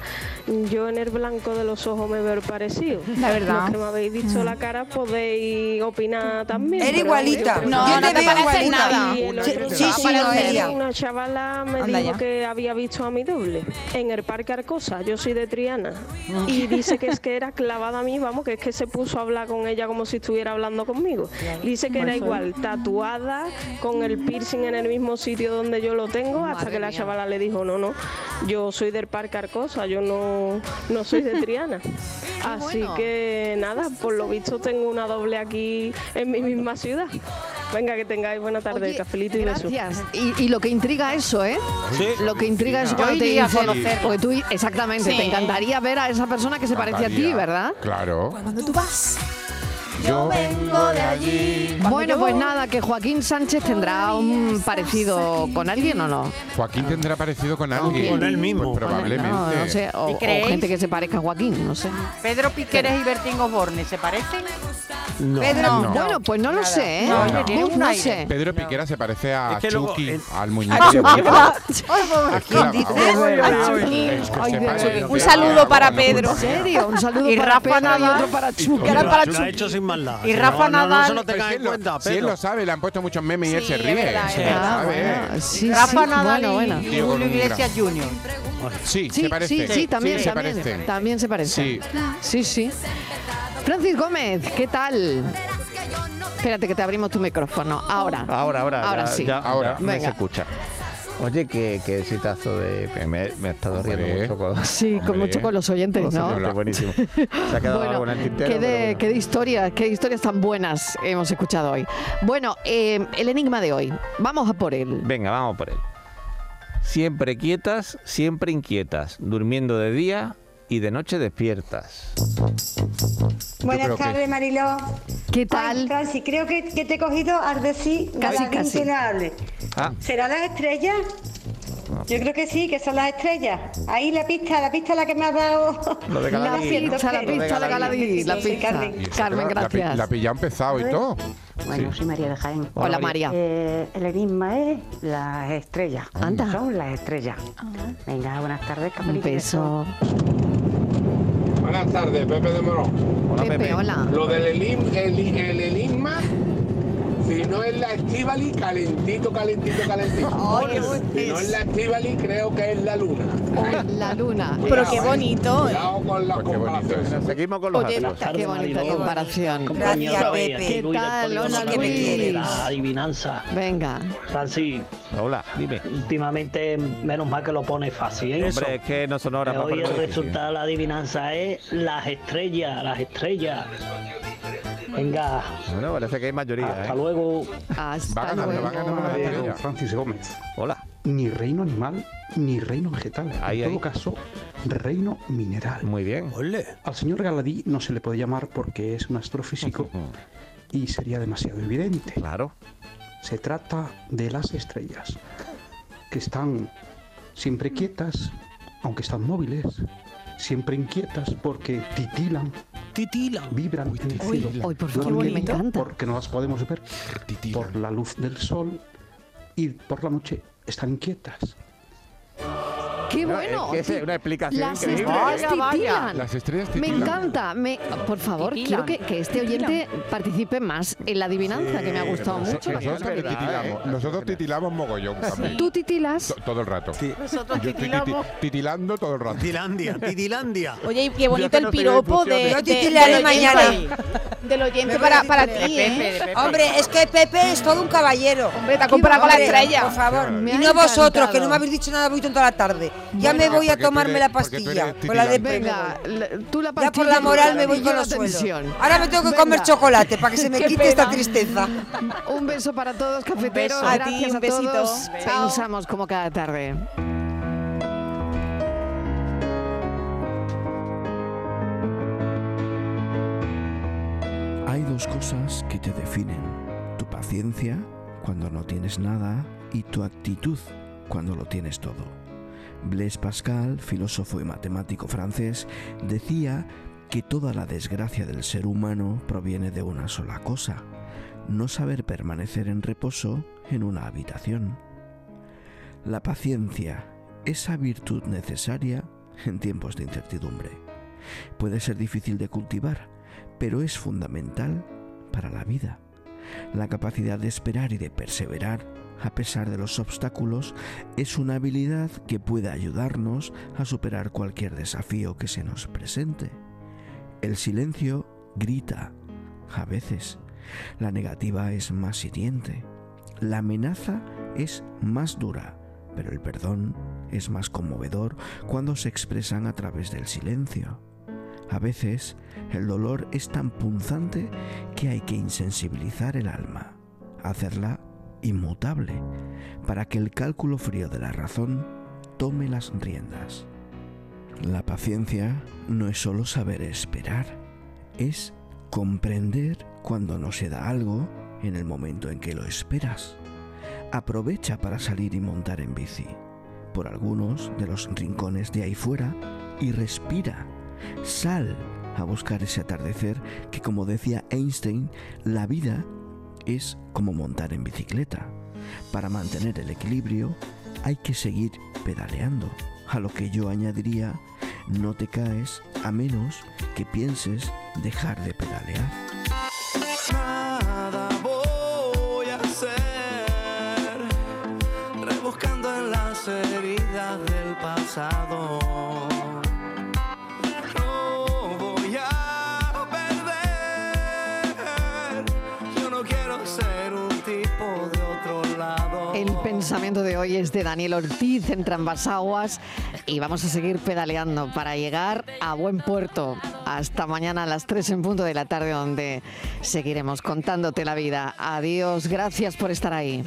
Yo en el blanco de los ojos me veo parecido.
La verdad.
Los que me habéis dicho la cara podéis opinar también.
Eres
pero
igualita.
yo creo
No,
que-
no te pareces nada.
Y el
Sí,
otro
sí,
día
sí, no, Elia.
Una chavala me
Anda
dijo
ya.
que había visto a mi doble en el Parque Arcosa. Yo soy de Triana.
Ah.
Y dice que es que era clavada a mí, vamos, que es que se puso a hablar con ella como si estuviera hablando conmigo. Dice que
Por
era
Pues
favor.
igual, tatuada, con el piercing en el mismo sitio donde yo lo tengo, hasta que la chavala le dijo, no, no, yo soy del Parque Arcosa, yo no, no soy de Triana. Así
bueno.
que nada, por lo visto tengo una doble aquí en mi misma ciudad. Venga, que tengáis buena tarde, cafelito y besos.
Gracias. Y, y lo que intriga eso, ¿eh?
Sí.
Lo que intriga es
Yo
cuando te
iría a
dicen,
conocerla.
porque tú, exactamente,
Sí.
te encantaría ver a esa persona que se parece a ti,
Encantaría.
¿verdad?
Claro.
Cuando tú vas.
Yo vengo de allí.
Bueno, pues nada, que Joaquín Sánchez tendrá un parecido con alguien o no.
Joaquín tendrá parecido con alguien.
Con él mismo.
Pues probablemente.
No, no sé, o,
¿Y
o
creéis?
gente que se parezca a Joaquín, no sé.
Pedro Piqueres y Bertín Osborne, ¿se parecen?
No,
Pedro,
no.
bueno, pues no lo
Nada.
sé, ¿eh?
No,
Pues
no. Tiene un aire.
sé.
Pedro Piquera se parece a
Es que luego,
Chucky,
el-
al
¿A
muñeco.
Chucky?
Es que la- Es que
Ay,
se
de
parece,
verdad.
no
Un
te-
saludo
no,
para
no,
Pedro.
no,
¿En serio? Un saludo
Y
para
Rafa
Pedro
Nadal.
y otro para
Lo
Chucky. Que era para
ha
Chucky.
hecho sin maldad.
Y
No,
Rafa
no, no,
Nadal-
eso no te
Pero
caes
si
en
él lo-
cuenta,
Si él
Pedro.
lo sabe, le han puesto muchos memes y él
Sí,
se
es
ríe.
verdad, es
Sí,
verdad.
lo sabe.
Ah, bueno, sí,
Rafa Nadal
bueno, bueno.
y
Tío, con
Julio
un
Iglesias
gran-
Junior.
Sí,
Sí,
se
sí,
parece.
sí, también,
se
también,
parece.
también se parece.
Sí.
sí, sí. Francis Gómez, ¿qué tal? Espérate que te abrimos tu micrófono. Ahora.
Ahora, ahora,
Ahora
ya,
sí.
ya-
ahora.
ya me se
Venga.
escucha. Oye, qué, qué exitazo de. que Me, me he estado riendo mucho con.
Sí, con mucho con los oyentes,
con los
¿no?
oyentes, buenísimo. Se ha quedado algo en el tintero.
Qué de, qué de historias, qué de historias tan buenas hemos escuchado hoy. Bueno, eh, el enigma de hoy. Vamos a por él.
Venga, vamos por él. Siempre quietas, siempre inquietas, durmiendo de día y de noche despiertas.
Buenas tardes, Mariló.
¿Qué tal?
Francis, creo que, que te he cogido al decir
Casi,
cada vez
casi.
que le hable.
Ah,
¿Serán las estrellas? Yo creo que sí, que son las estrellas. Ahí la pista, la pista la que me has dado.
Lo de
La
Galadí.
siento,
Pizza, la
Fede.
pizza, la galadí, la
Sí,
pizza.
Carmen.
Carmen,
La, pi-
gracias.
la pilla ha empezado y todo.
Bueno, soy María de Jaén.
Hola, Hola, María.
Eh, el enigma es las estrellas. Son las estrellas. Venga, buenas tardes, Un beso.
Buenas tardes, Pepe de Morón.
Hola, Pepe, Pepe. hola.
Lo del elim- el, el enigma, si no es la Estivali, calentito, calentito, calentito. si no es la Estivali, creo que es la luna.
La luna.
Cuidado, eh. Cuidado con las comparaciones.
Seguimos con
los
Oye,
astros.
Qué bonita
Mariló.
comparación.
Compañía Gracias, Pepe.
¿Qué
Luis del
tal?
Código
Hola,
Nacional de
Luis.
La adivinanza.
Venga.
Francis.
Hola, dime.
Últimamente, menos mal que lo pone fácil, ¿eh?
Hombre, es que no son horas
Eh,
para
Hoy
ponerlo
el
difícil.
resultado de la adivinanza es las estrellas, las estrellas. Venga.
Bueno, parece que hay mayoría.
Hasta
¿eh?
luego. Ah,
Hasta
Francis Gómez.
Hola.
Ni reino animal, ni reino vegetal.
Ahí,
en todo
ahí.
caso, reino mineral.
Muy bien.
Al señor Galadí no se le puede llamar porque es un astrofísico y sería demasiado evidente.
Claro.
Se trata de las estrellas, que están siempre quietas, aunque están móviles, siempre inquietas porque titilan. Titilan. Vibran en el
Uy,
cielo.
uy, por favor,
Duermen
me encanta.
Porque no las podemos ver por la luz del sol y por la noche están inquietas.
Qué
Bueno,
bueno.
es que es una explicación
Las
increíble.
estrellas
Vaya, vaya.
titilan.
Las estrellas
Me
titilan.
encanta. Me, por favor,
Titilan.
quiero que, que este oyente participe más en la adivinanza, que me ha gustado
Nos-
mucho.
Nosotros también titilamos. Nosotros titilamos mogollón también.
¿Tú titilas?
To- Todo el rato.
Nosotros
Yo estoy titi-
titilamos.
titilando todo el rato.
Titilandia, titilandia.
Oye, y qué bonito el piropo de.
Yo
de-
titilaré
del oyente-
mañana.
Del oyente
Me voy a
para, para ti,
titular. De Pepe, de
¿eh?
Pepe. Hombre, es que Pepe es todo un caballero. Hombre,
te ha comparado con la estrella.
Por favor.
Me
Y
ha
no vosotros,
encantado.
que no me habéis dicho nada bonito toda la tarde. Ya
Bueno,
me voy a
porque tú
tomarme
eres-
la
porque tú eres
pastilla. Por la de
titilante.
Venga,
tú la
Ya por
pastilla
la
y
moral
yo
me voy
la
con los suelos.
tensión.
Ahora me tengo que
Venga.
comer chocolate para que se me
Qué
quite esta
pena.
tristeza.
Un beso para todos, cafeteros.
beso. A ti,
gracias
un
a
besito.
todos.
Chao.
Pensamos como cada tarde.
Hay dos cosas que te definen. Tu paciencia cuando no tienes nada y tu actitud cuando lo tienes todo. Blaise Pascal, filósofo y matemático francés, decía que toda la desgracia del ser humano proviene de una sola cosa, no saber permanecer en reposo en una habitación. La paciencia esa virtud necesaria en tiempos de incertidumbre. Puede ser difícil de cultivar, pero es fundamental para la vida. La capacidad de esperar y de perseverar a pesar de los obstáculos es una habilidad que puede ayudarnos a superar cualquier desafío que se nos presente. El silencio grita, a veces. La negativa es más hiriente. La amenaza es más dura, pero el perdón es más conmovedor cuando se expresan a través del silencio. A veces el dolor es tan punzante que hay que insensibilizar el alma, hacerla inmutable, para que el cálculo frío de la razón tome las riendas. La paciencia no es solo saber esperar, es comprender cuando no se da algo en el momento en que lo esperas. Aprovecha para salir y montar en bici por algunos de los rincones de ahí fuera y respira. Sal a buscar ese atardecer que como decía Einstein, la vida es como montar en bicicleta. Para mantener el equilibrio hay que seguir pedaleando, a lo que yo añadiría, no te caes a menos que pienses dejar de pedalear.
Nada voy a hacer rebuscando en las heridas del pasado. No voy a perder. Yo no quiero ser un tipo de otro lado.
El pensamiento de hoy es de Daniel Ortiz en Trambasaguas y vamos a seguir pedaleando para llegar a buen puerto. Hasta mañana a las 3 en punto de la tarde donde seguiremos contándote la vida. Adiós, gracias por estar ahí.